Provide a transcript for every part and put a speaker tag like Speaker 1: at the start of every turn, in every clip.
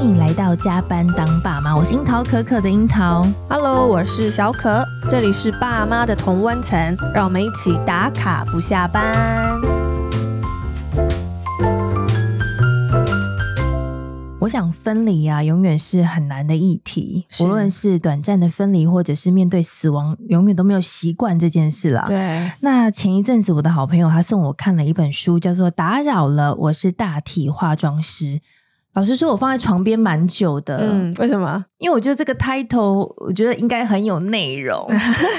Speaker 1: 迎来到加班当爸妈，我是樱桃可可的樱桃。
Speaker 2: Hello，我是小可，这里是爸妈的同温层，让我们一起打卡不下班。
Speaker 1: 我想分离啊，永远是很难的议题，
Speaker 2: 是
Speaker 1: 无论是短暂的分离，或者是面对死亡，永远都没有习惯这件事啦。
Speaker 2: 对，
Speaker 1: 那前一阵子，我的好朋友他送我看了一本书，叫做《打扰了，我是大体化妆师》。老实说，我放在床边蛮久的，
Speaker 2: 嗯，为什么？
Speaker 1: 因为我觉得这个 title 我觉得应该很有内 容，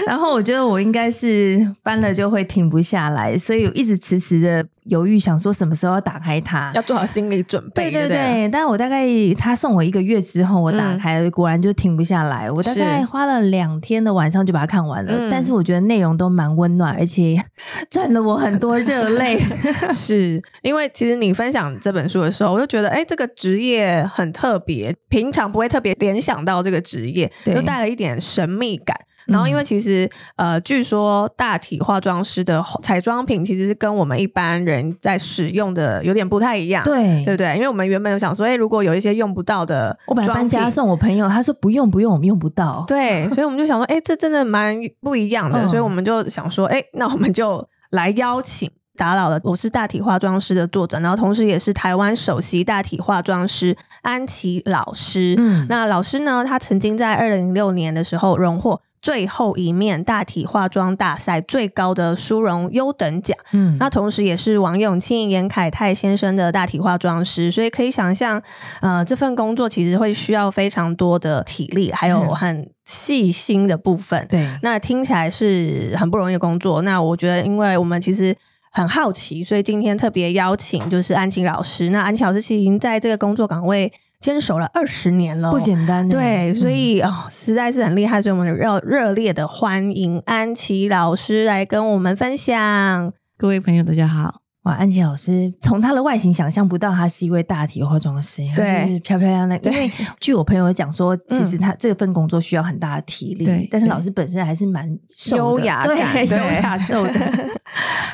Speaker 1: 然后我觉得我应该是翻了就会停不下来，所以我一直迟迟的犹豫，想说什么时候要打开它。
Speaker 2: 要做好心理准
Speaker 1: 对
Speaker 2: 备，对
Speaker 1: 对
Speaker 2: 不对，
Speaker 1: 对，但我大概他送我一个月之后，我打开、果然就停不下来。我大概
Speaker 2: 是
Speaker 1: 花了两天的晚上就把它看完了，
Speaker 2: 嗯
Speaker 1: 但是我觉得内容都蛮温暖，而且 赚了我很多热泪。
Speaker 2: 是因为其实你分享这本书的时候，我就觉得，哎，这个职业很特别，平常不会特别联想到这个职业，
Speaker 1: 对
Speaker 2: 就带了一点神秘感。然后，因为其实、呃，据说大体化妆师的彩妆品其实是跟我们一般人在使用的有点不太一样。
Speaker 1: 对
Speaker 2: 对不对？因为我们原本有想说，哎，如果有一些用不到的
Speaker 1: 我本来搬家
Speaker 2: 装品，
Speaker 1: 送我朋友，他说不用不用，我们用不到。
Speaker 2: 对，所以我们就想说，哎，这真的蛮不一样的，
Speaker 1: 嗯
Speaker 2: 所以我们就想说，哎，那我们就来邀请。打扰了，我是大体化妆师的作者，然后同时也是台湾首席大体化妆师安琪老师。
Speaker 1: 嗯
Speaker 2: 那老师呢，他曾经在二零零六年的时候荣获最后一面大体化妆大赛最高的殊荣优等奖。
Speaker 1: 嗯
Speaker 2: 那同时也是王永庆、严凯泰先生的大体化妆师，所以可以想象，呃，这份工作其实会需要非常多的体力，还有
Speaker 1: 嗯
Speaker 2: 很细心的部分。
Speaker 1: 对
Speaker 2: 那听起来是很不容易的工作。那我觉得，因为我们其实。很好奇，所以今天特别邀请就是安琪老师。那安琪老师其实已经在这个工作岗位坚守了二十年了，哦
Speaker 1: 不简单呢、
Speaker 2: 对，所
Speaker 1: 嗯
Speaker 2: 以、哦，实在是很厉害，所以我们热热烈的欢迎安琪老师来跟我们分享。
Speaker 3: 各位朋友，大家好。
Speaker 1: 哇，安琪老师从她的外形想象不到她是一位大体化妆师，她
Speaker 2: 对嗯
Speaker 1: 就是漂漂亮亮。因为 据我朋友讲说，其实她这份工作需要很大的体力，
Speaker 3: 对
Speaker 1: 但是
Speaker 3: 对
Speaker 1: 老师本身还是蛮瘦的
Speaker 2: 优雅感
Speaker 1: 对，
Speaker 2: 对
Speaker 1: 优雅瘦的。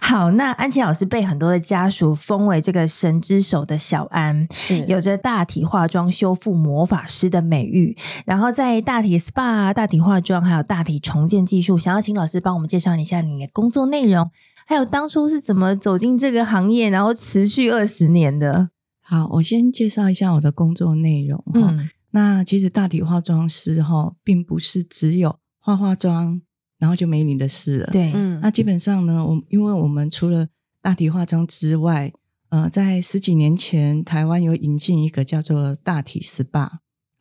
Speaker 1: 好，那安琪老师被很多的家属封为这个神之手的小安，
Speaker 2: 是
Speaker 1: 有着大体化妆修复魔法师的美誉。然后在大体 SPA、大体化妆还有大体重建技术，想要请老师帮我们介绍一下你的工作内容，还有当初是怎么走进这个行业，然后持续二十年的。
Speaker 3: 好，我先介绍一下我的工作内容。嗯，
Speaker 1: 嗯
Speaker 3: 那其实大体化妆师哈，并不是只有化化妆，然后就没你的事了。，
Speaker 1: 对，
Speaker 2: 嗯
Speaker 3: 那基本上呢，我因为我们除了大体化妆之外，呃，在十几年前，台湾有引进一个叫做大体 SPA。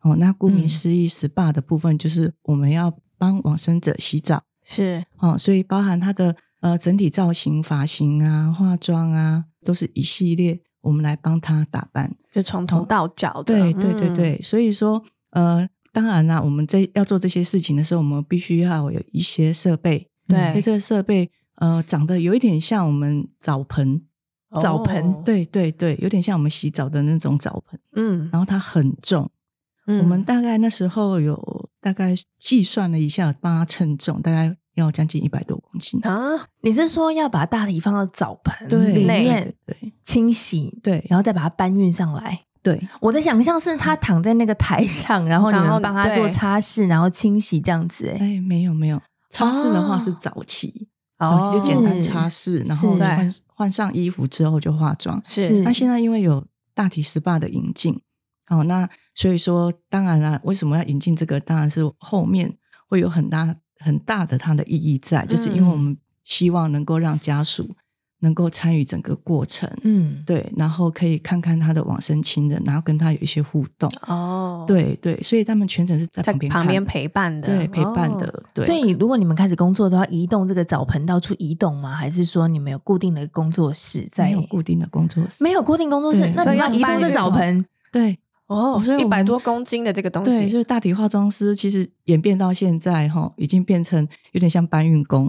Speaker 3: 哦，那顾名
Speaker 1: 嗯
Speaker 3: 思义，SPA 的部分就是我们要帮往生者洗澡。
Speaker 2: 是
Speaker 3: 哦，所以包含它的呃整体造型、发型啊、化妆啊，都是一系列我们来帮他打扮。
Speaker 2: 就从头到脚的，
Speaker 3: 对对对
Speaker 2: 嗯，
Speaker 3: 对，所以说呃，当然啦，我们在要做这些事情的时候，我们必须要有一些设备，
Speaker 2: 嗯对
Speaker 3: 那这个设备呃长得有一点像我们澡盆，
Speaker 2: 哦
Speaker 1: 澡盆，
Speaker 3: 对对对，有点像我们洗澡的那种澡盆，
Speaker 2: 嗯，
Speaker 3: 然后它很重，
Speaker 2: 嗯
Speaker 3: 我们大概那时候有大概计算了一下，帮它称重，大概要将近一百多 公斤。
Speaker 2: 啊，
Speaker 1: 你是说要把大体放到澡盆
Speaker 3: 对
Speaker 1: 里
Speaker 2: 内
Speaker 1: 面
Speaker 3: 对
Speaker 1: 清洗，
Speaker 3: 对
Speaker 1: 然后再把它搬运上来？
Speaker 3: 对
Speaker 1: 我的想象是
Speaker 3: 嗯
Speaker 1: 他躺在那个台上，然后你
Speaker 2: 然后
Speaker 1: 们帮他做
Speaker 2: 对
Speaker 1: 擦拭，然后清洗这样子、哎，
Speaker 3: 哎，没有没有，擦拭的话
Speaker 1: 哦
Speaker 3: 是早期，
Speaker 2: 哦
Speaker 3: 早啊期就简单
Speaker 1: 是
Speaker 3: 擦拭，然后
Speaker 1: 是
Speaker 3: 换换上衣服之后就化妆。
Speaker 2: 是
Speaker 1: 是
Speaker 3: 那现在因为有大体 SPA 的引进，好、那所以说当然啦，为什么要引进这个？当然是后面会有很大很大的它的意义在，就是因为我们希望能够让家属能够参与整个过程。
Speaker 1: 嗯，
Speaker 3: 对，然后可以看看他的往生亲人，然后跟他有一些互动。
Speaker 2: 哦，，
Speaker 3: 对对，所以他们全程是在
Speaker 2: 在
Speaker 3: 旁边
Speaker 2: 旁
Speaker 3: 看
Speaker 2: 边
Speaker 3: 的
Speaker 2: 陪伴的，
Speaker 3: 对陪伴
Speaker 2: 哦
Speaker 3: 的，，对。
Speaker 1: 所以如果你们开始工作，都要移动这个澡盆到处移动吗？还是说你们有固定的工作室在？
Speaker 3: 没有固定的工作室，
Speaker 1: 没有固定工作室
Speaker 3: 对，
Speaker 1: 那你们要移动这澡盆，
Speaker 3: 对
Speaker 2: 哦，
Speaker 3: 所以
Speaker 2: 一
Speaker 3: 我
Speaker 2: 百
Speaker 3: 们
Speaker 2: 多公斤的这个东
Speaker 3: 对，
Speaker 2: 西，
Speaker 3: 就是大体化妆师其实演变到现在哈，已经变成有点像搬运 工，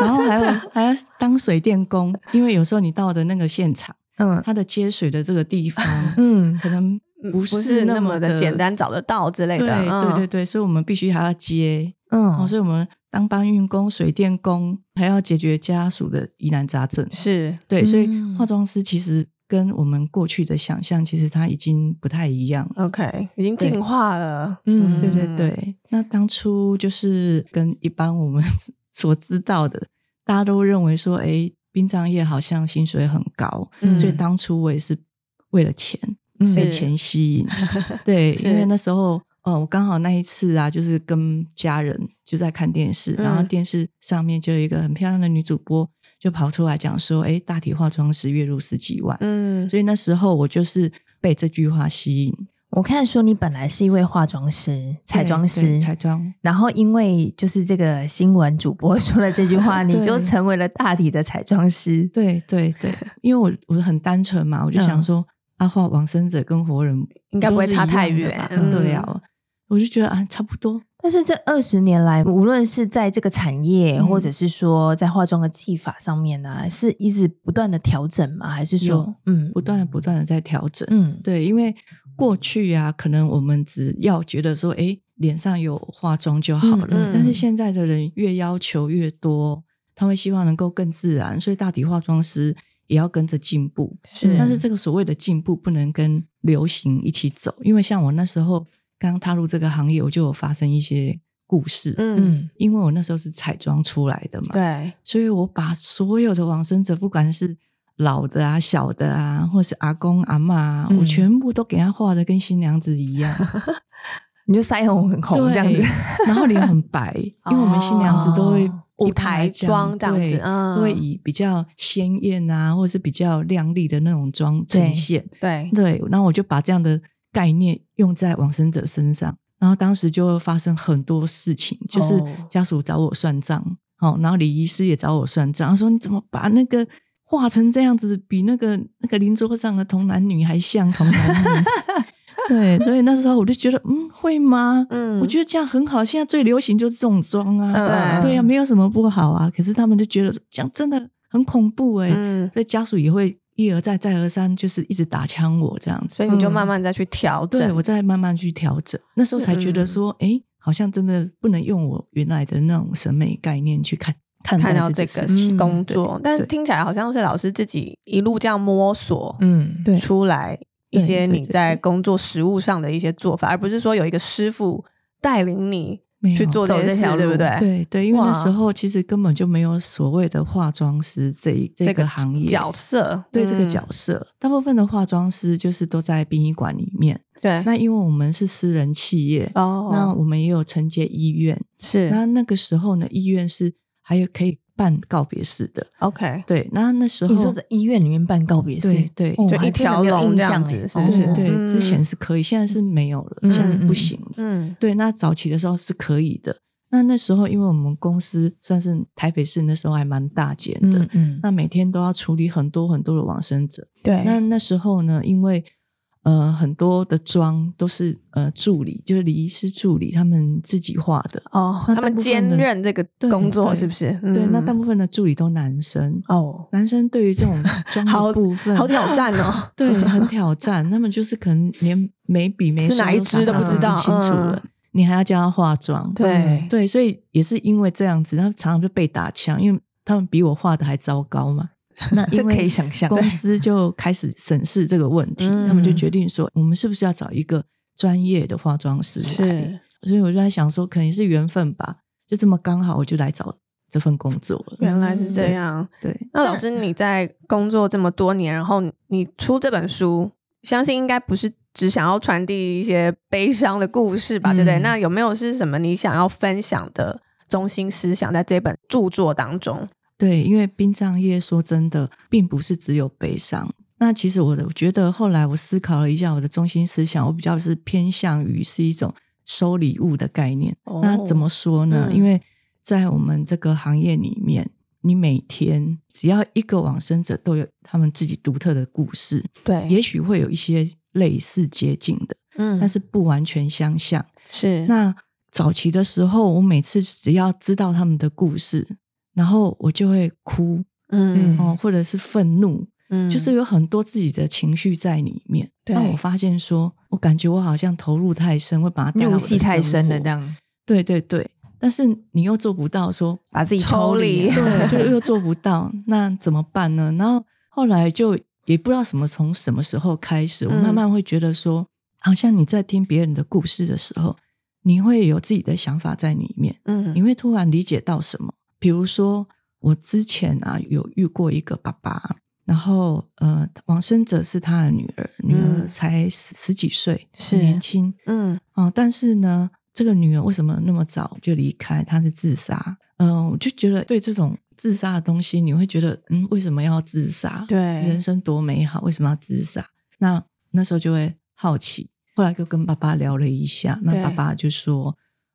Speaker 3: 然后还有还要当水电工，因为有时候你到的那个现场，
Speaker 1: 嗯，
Speaker 3: 它的接水的这个地方
Speaker 1: 嗯，
Speaker 3: 可能
Speaker 2: 嗯
Speaker 3: 不
Speaker 2: 不是那
Speaker 3: 那
Speaker 2: 么的
Speaker 3: 的
Speaker 2: 简单找得到之类的
Speaker 3: 对
Speaker 2: 嗯
Speaker 3: 对对对，所以我们必须还要接，哦，
Speaker 1: 嗯，
Speaker 3: 所以我们当搬运工、水电工，还要解决家属的疑难杂症。
Speaker 2: 是
Speaker 3: 对，所以
Speaker 1: 嗯
Speaker 3: 化妆师其实跟我们过去的想象，其实它已经不太一样了。
Speaker 2: OK，已经进化了。
Speaker 1: 嗯
Speaker 3: 对对，对，那当初就是跟一般我们 所知道的，大家都认为说，哎，殡葬业好像薪水很高，
Speaker 2: 嗯
Speaker 3: 所以当初我也是为了钱，
Speaker 1: 嗯
Speaker 3: 被
Speaker 2: 是
Speaker 3: 钱吸引。对，
Speaker 2: 是
Speaker 3: 因为那时候，呃，我刚好那一次啊，就是跟家人就在看电视，
Speaker 2: 嗯
Speaker 3: 然后电视上面就有一个很漂亮的女主播，就跑出来讲说，哎，大体化妆师月入十几万。
Speaker 2: 嗯，
Speaker 3: 所以那时候我就是被这句话吸引，
Speaker 1: 我看说你本来是一位化妆师、彩妆
Speaker 3: 对对
Speaker 1: 师，
Speaker 3: 彩妆。
Speaker 1: 然后因为就是这个新闻主播说了这句 话，
Speaker 3: 对
Speaker 1: 你就成为了大体的彩妆师。
Speaker 3: 对对 对，因为我我很单纯嘛，我就想说，阿华往生者跟活人
Speaker 2: 嗯应该不会差太
Speaker 3: 都是一样的吧
Speaker 2: 远嗯
Speaker 3: 对啊，我就觉得啊，差不多。
Speaker 1: 但是这二十年来，无论是在这个产业，
Speaker 3: 嗯
Speaker 1: 或者是说在化妆的技法上面呢、是一直不断的调整吗？还是说
Speaker 3: 有，
Speaker 1: 嗯
Speaker 3: 不断的不断的在调整。
Speaker 1: 嗯，
Speaker 3: 对，因为过去啊，可能我们只要觉得说，哎，脸上有化妆就好了。
Speaker 2: 嗯嗯
Speaker 3: 但是现在的人越要求越多，他会希望能够更自然，所以大体化妆师也要跟着进步。
Speaker 1: 嗯
Speaker 2: 是
Speaker 3: 但是这个所谓的进步不能跟流行一起走，因为像我那时候刚踏入这个行业，我就有发生一些故事。
Speaker 2: 嗯，
Speaker 1: 嗯
Speaker 3: 因为我那时候是彩妆出来的嘛，
Speaker 2: 对，
Speaker 3: 所以我把所有的往生者，不管是老的啊、小的啊，或是阿公阿嬷啊，
Speaker 1: 嗯
Speaker 3: 我全部都给他画的跟新娘子一 样，
Speaker 1: 你就腮红很红
Speaker 3: 对
Speaker 1: 这样子，，
Speaker 3: 然后脸很 白，因为我们新娘子都会
Speaker 1: 哦
Speaker 2: 舞
Speaker 3: 一般
Speaker 2: 台
Speaker 3: 来讲
Speaker 2: 妆这样
Speaker 3: 对
Speaker 2: 子，嗯，
Speaker 3: 都会以比较鲜艳啊，或者是比较亮丽的那种妆呈现。
Speaker 2: 对，
Speaker 3: 对，然后我就把这样的概念用在往生者身上，然后当时就发生很多事情，就是
Speaker 2: 哦
Speaker 3: 家属找我算账，好、然后李医师也找我算账，他说你怎么把那个画成这样子，比那个那个邻桌上的童男女还像童男女？ 对，所以那时候我就觉得，嗯，会吗？
Speaker 2: 嗯
Speaker 3: 我觉得这样很好，现在最流行就是这种妆啊，
Speaker 2: 嗯
Speaker 3: 对呀、没有什么不好啊。可是他们就觉得这样真的很恐怖哎、
Speaker 2: 嗯，
Speaker 3: 所以家属也会一而再再而三，就是一直打枪我这样子。
Speaker 2: 所以你就
Speaker 1: 嗯
Speaker 2: 慢慢再去调
Speaker 3: 对
Speaker 2: 整
Speaker 3: 我，再慢慢去调整，那时候才觉得说，
Speaker 2: 嗯
Speaker 3: 哎、好像真的不能用我原来的那种审美概念去看看
Speaker 2: 看
Speaker 3: 待
Speaker 2: 到这
Speaker 3: 这
Speaker 2: 个
Speaker 3: 事情
Speaker 1: 嗯
Speaker 2: 工作，但
Speaker 3: 对
Speaker 2: 听起来好像是老师自己一路这样摸索
Speaker 1: 嗯，
Speaker 3: 对
Speaker 2: 出来一
Speaker 3: 对
Speaker 2: 些
Speaker 3: 对
Speaker 2: 你
Speaker 3: 对
Speaker 2: 在
Speaker 3: 对
Speaker 2: 工作实务上的一些做法，而不是说有一个师傅带领你
Speaker 3: 没有
Speaker 2: 去做
Speaker 1: 走
Speaker 2: 这
Speaker 1: 这
Speaker 2: 些
Speaker 1: 条
Speaker 2: 事，对
Speaker 1: 路
Speaker 2: 不对？
Speaker 3: 对对，因为
Speaker 2: 哇
Speaker 3: 那时候其实根本就没有所谓的化妆师这一这个行业
Speaker 2: 角色，
Speaker 3: 对这个
Speaker 2: 嗯
Speaker 3: 角色，大部分的化妆师就是都在殡仪馆里面。
Speaker 2: 对，
Speaker 3: 那因为我们是私人企业，那
Speaker 2: 哦，
Speaker 3: 我们也有承接医院。
Speaker 2: 是
Speaker 3: 那那个时候呢，医院是还有可以办告别式的。
Speaker 2: OK，
Speaker 3: 对，那那时候
Speaker 2: 哦
Speaker 1: 你说在医院里面办告别式，
Speaker 3: 对对
Speaker 1: 哦
Speaker 2: 就
Speaker 1: 我还真的
Speaker 2: 一条
Speaker 1: 没有
Speaker 2: 龙
Speaker 1: 印
Speaker 2: 这样
Speaker 1: 象
Speaker 2: 子
Speaker 1: 欸
Speaker 2: 是不
Speaker 1: 哦
Speaker 2: 是
Speaker 3: 对对，
Speaker 2: 嗯
Speaker 3: 之前是可以，现在是没有了，
Speaker 2: 嗯
Speaker 3: 现在是不行了。
Speaker 2: 嗯，
Speaker 3: 对，那早期的时候是可以的。那那时候，因为我们公司算是台北市那时候还蛮大间的，
Speaker 1: 嗯嗯，
Speaker 3: 那每天都要处理很多很多的往生者。
Speaker 2: 对，
Speaker 3: 那那时候呢，因为呃很多的妆都是呃助理，就是礼仪师助理他们自己画的。
Speaker 2: 哦，
Speaker 3: 那
Speaker 2: 他
Speaker 3: 大
Speaker 2: 们
Speaker 3: 部分
Speaker 2: 兼
Speaker 3: 的
Speaker 2: 任这个
Speaker 3: 对
Speaker 2: 工作
Speaker 3: 对
Speaker 2: 是不是？
Speaker 3: 对，那
Speaker 2: 嗯
Speaker 3: 大部分的助理都男生，
Speaker 2: 哦，
Speaker 3: 男生对于这种妆
Speaker 2: 好
Speaker 3: 的部分，，
Speaker 2: 好挑战哦
Speaker 3: 对，很挑战。他们就是可能连眉笔眉
Speaker 2: 是哪
Speaker 3: 刷
Speaker 2: 一
Speaker 3: 都
Speaker 2: 支
Speaker 3: 打
Speaker 1: 都不知
Speaker 3: 得
Speaker 2: 道
Speaker 3: 很清楚
Speaker 2: 嗯
Speaker 3: 了，你还要教他化妆。
Speaker 2: 对
Speaker 3: 对，所以也是因为这样子，他们常常就被打枪，因为他们比我画的还糟 糕嘛。那
Speaker 1: 这
Speaker 3: 因为
Speaker 1: 可以想象，
Speaker 3: 公司就开始审视这个问题，
Speaker 2: 嗯
Speaker 3: 他们就决定说，我们是不是要找一个专业的化妆师来？
Speaker 2: 是
Speaker 3: 所以我就在想说，可能是缘分吧，就这么刚好我就来找这份工作了。
Speaker 2: 原来是这
Speaker 3: 对
Speaker 2: 样。
Speaker 3: 对，
Speaker 2: 那老师，你在工作这么多年，然后你你出这本书，相信应该不是只想要传递一些悲伤的故事吧，对不对？
Speaker 1: 嗯
Speaker 2: 那有没有是什么你想要分享的中心思想在这本著作当中？
Speaker 3: 对，因为殡葬业说真的，并不是只有悲伤。那其实我的，我觉得后来我思考了一下，我的中心思想，我比较是偏向于是一种收礼物的概念。
Speaker 2: 哦
Speaker 3: 那怎么说呢？
Speaker 2: 嗯
Speaker 3: 因为在我们这个行业里面，你每天只要一个往生者都有他们自己独特的故事，
Speaker 2: 对
Speaker 3: 也许会有一些类似接近的，
Speaker 2: 嗯
Speaker 3: 但是不完全相像。
Speaker 2: 是
Speaker 3: 那早期的时候，我每次只要知道他们的故事，然后我就会哭
Speaker 2: 嗯
Speaker 1: 嗯
Speaker 3: 哦，或者是愤怒，
Speaker 2: 嗯
Speaker 3: 就是有很多自己的情绪在里面。
Speaker 2: 对
Speaker 3: 那我发现说，我感觉我好像投入太深，会把它带到我
Speaker 1: 入
Speaker 3: 的
Speaker 1: 戏太
Speaker 3: 生
Speaker 1: 深了，
Speaker 3: 活
Speaker 1: 这样
Speaker 3: 对对对，但是你又做不到说，
Speaker 1: 把自己
Speaker 2: 抽
Speaker 1: 离
Speaker 2: 离，
Speaker 3: 对，就又做不到，那怎么办呢？然后后来就也不知道什么从什么时候开始，我
Speaker 2: 嗯
Speaker 3: 慢慢会觉得说，好像你在听别人的故事的时候，你会有自己的想法在里面，
Speaker 2: 嗯
Speaker 3: 你会突然理解到什么。比如说，我之前啊有遇过一个爸爸，然后呃，往生者是他的女儿，女儿
Speaker 2: 嗯
Speaker 3: 才十十几岁，
Speaker 2: 是
Speaker 3: 很年轻，
Speaker 2: 嗯
Speaker 3: 啊、但是呢，这个女儿为什么那么早就离开？她是自杀。嗯、我就觉得对这种自杀的东西，你会觉得，嗯，为什么要自杀？
Speaker 2: 对
Speaker 3: 人生多美好，为什么要自杀？那那时候就会好奇，后来就跟爸爸聊了一下，那
Speaker 2: 对
Speaker 3: 爸爸就说，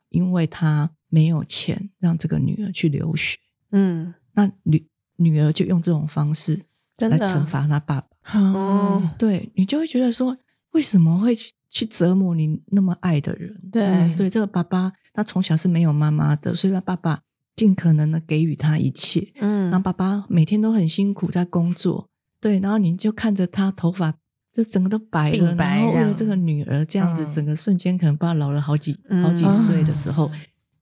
Speaker 3: 因为他没有钱让这个女儿去留学，
Speaker 2: 嗯，
Speaker 3: 那女女儿就用这种方式
Speaker 2: 真
Speaker 3: 来
Speaker 2: 的
Speaker 3: 惩罚她爸爸。
Speaker 2: 哦
Speaker 3: 啊对你就会觉得说，为什么会去去折磨你那么爱的人？
Speaker 2: 对
Speaker 3: 嗯对，这个爸爸他从小是没有妈妈的，所以他爸爸尽可能的给予他一切。
Speaker 2: 嗯
Speaker 3: 然后爸爸每天都很辛苦在工作，对，然后你就看着他头发就整个都白了，
Speaker 1: 鬓白
Speaker 3: 然后为
Speaker 1: 这
Speaker 3: 了
Speaker 1: 样
Speaker 3: 这个女儿这样子，
Speaker 1: 嗯
Speaker 3: 整个瞬间可能把他老了好几、好几
Speaker 2: 嗯
Speaker 3: 岁的时候，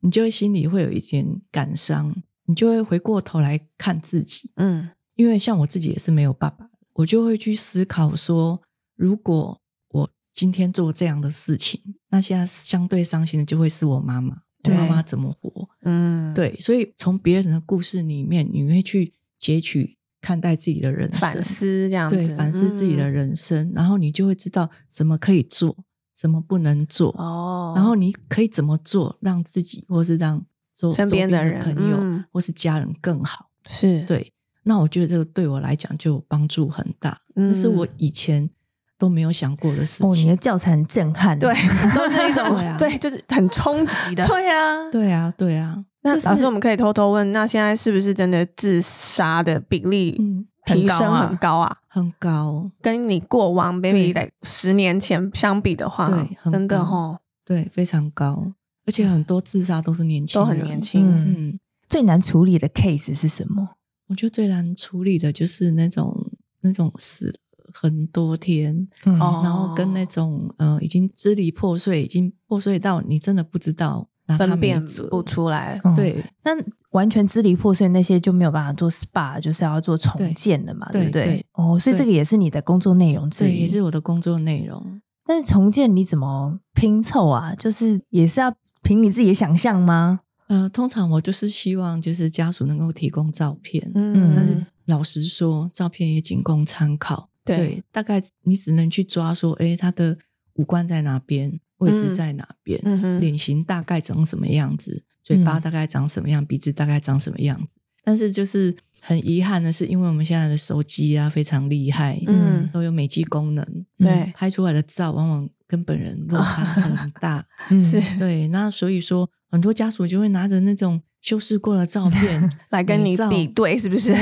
Speaker 3: 你就会心里会有一点感伤，你就会回过头来看自己，
Speaker 2: 嗯
Speaker 3: 因为像我自己也是没有爸爸，我就会去思考说，如果我今天做这样的事情，那现在相对伤心的就会是我妈妈，我
Speaker 2: 对
Speaker 3: 妈妈怎么活？
Speaker 2: 嗯，
Speaker 3: 对，所以从别人的故事里面，你会去截取看待自己的人生，
Speaker 2: 反思这样
Speaker 3: 对
Speaker 2: 子，
Speaker 3: 反思自己的
Speaker 2: 嗯
Speaker 3: 人生，然后你就会知道什么可以做，什么不能做，
Speaker 2: 哦，
Speaker 3: 然后你可以怎么做，让自己或是让周
Speaker 2: 身
Speaker 3: 周
Speaker 2: 边
Speaker 3: 边
Speaker 2: 的
Speaker 3: 的
Speaker 2: 人
Speaker 3: 朋友、
Speaker 2: 嗯
Speaker 3: 或是家人更好。
Speaker 2: 是，
Speaker 3: 对，那我觉得这个对我来讲就有帮助很大，
Speaker 2: 嗯
Speaker 3: 这是我以前都没有想过的事
Speaker 1: 哦，你
Speaker 3: 情。
Speaker 1: 的教材很震撼，
Speaker 2: 对，都是一种
Speaker 3: 对啊
Speaker 2: 对，就是很冲 击的。
Speaker 1: 对啊，
Speaker 3: 对啊，对啊，
Speaker 2: 那
Speaker 1: 就是
Speaker 2: 老师，我们可以偷偷问，那现在是不是真的自杀的比例
Speaker 3: 嗯，
Speaker 2: 提升很
Speaker 1: 很
Speaker 2: 高啊？
Speaker 3: 很高，
Speaker 2: 跟你过往 baby
Speaker 3: 对
Speaker 2: 的十年前相比的话，
Speaker 3: 对很
Speaker 2: 真的
Speaker 3: 高
Speaker 2: 哦，
Speaker 3: 对，非常高，而且很多自杀都是年轻
Speaker 2: 都
Speaker 3: 人，
Speaker 2: 很年。轻。
Speaker 1: 嗯
Speaker 3: 嗯，
Speaker 1: 最难处理的 case 是什么？
Speaker 3: 我觉得最难处理的就是那种那种死了很多天，
Speaker 1: 嗯
Speaker 2: 哦
Speaker 3: 然后跟那种呃已经支离破碎，已经破碎到你真的不知道拿它
Speaker 2: 分
Speaker 3: 没
Speaker 2: 辨
Speaker 3: 辙
Speaker 2: 不。出来，
Speaker 1: 嗯
Speaker 3: 对
Speaker 1: 那完全支离破碎那些就没有办法做 SPA，就是要做重建的嘛，对
Speaker 3: 对
Speaker 1: 不对
Speaker 3: 对
Speaker 1: 哦，所以
Speaker 3: 对
Speaker 1: 这个也是你的工作内容之
Speaker 3: 对，
Speaker 1: 一。
Speaker 3: 也是我的工作内容。
Speaker 1: 但是重建你怎么拼凑啊？就是也是要凭你自己的想象吗？
Speaker 3: 呃，通常我就是希望就是家属能够提供照片，
Speaker 2: 嗯，
Speaker 3: 但是老实说，照片也仅供参考。
Speaker 2: 对
Speaker 3: 大概你只能去抓说，诶，他的五官在哪边，位置在哪边，
Speaker 2: 嗯哼，
Speaker 3: 脸型大概长什么样子，嘴巴
Speaker 1: 嗯
Speaker 3: 大概长什么样，鼻子大概长什么样子。但是就是很遗憾的是，因为我们现在的手机啊非常厉害，
Speaker 2: 嗯，
Speaker 3: 都有美肌功能，
Speaker 2: 对，
Speaker 3: 拍出来的照往往跟本人落差很大。
Speaker 1: 嗯
Speaker 2: 是
Speaker 3: 对，那所以说，很多家属就会拿着那种修饰过的照片
Speaker 2: 来跟你
Speaker 3: 美照
Speaker 2: 比对是不 是？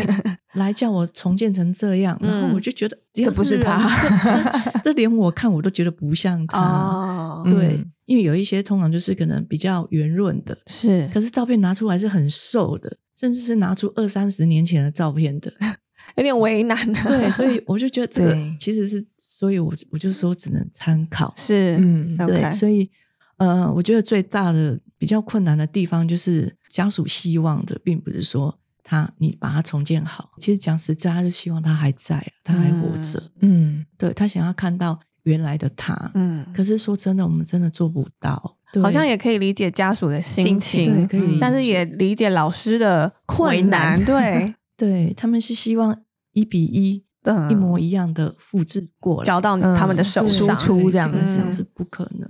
Speaker 3: 来叫我重建成这样，然
Speaker 2: 嗯
Speaker 3: 后我就觉得
Speaker 1: 这不是
Speaker 3: 人
Speaker 1: 他
Speaker 3: 这这这连我看我都觉得不像他。
Speaker 2: 哦，
Speaker 3: 对
Speaker 1: 嗯，
Speaker 3: 因为有一些通常就是可能比较圆润的，
Speaker 2: 是
Speaker 3: 可是照片拿出来是很瘦的，甚至是拿出二三十年前的照片的。
Speaker 2: 有点为难啊。
Speaker 3: 对，所以我就觉得这个
Speaker 1: 对
Speaker 3: 其实是，所以我我就说只能参 考。
Speaker 2: 是，
Speaker 1: 嗯
Speaker 2: OK
Speaker 3: 对，所以呃，我觉得最大的比较困难的地方就是家属希望的，并不是说他你把它重建好，其实讲实在，他就希望他还在，啊他还活着，
Speaker 1: 嗯，
Speaker 3: 对他想要看到原来的他。
Speaker 2: 嗯，
Speaker 3: 可是说真的，我们真的做不到，对
Speaker 2: 好像也可以理解家属的心
Speaker 1: 心
Speaker 2: 情
Speaker 1: 情，
Speaker 3: 对可以理解
Speaker 1: 嗯
Speaker 2: 但是也理解老师的
Speaker 1: 为
Speaker 2: 困
Speaker 1: 难
Speaker 2: 难。 对，
Speaker 3: 对他们是希望一比一、
Speaker 2: 嗯
Speaker 3: 一模一样的复制过来，
Speaker 2: 交到
Speaker 1: 嗯
Speaker 2: 他们的手
Speaker 3: 对
Speaker 1: 输
Speaker 2: 上。
Speaker 1: 出
Speaker 3: 对
Speaker 1: 这样
Speaker 3: 基本
Speaker 2: 子
Speaker 3: 上
Speaker 2: 嗯
Speaker 3: 是不可能。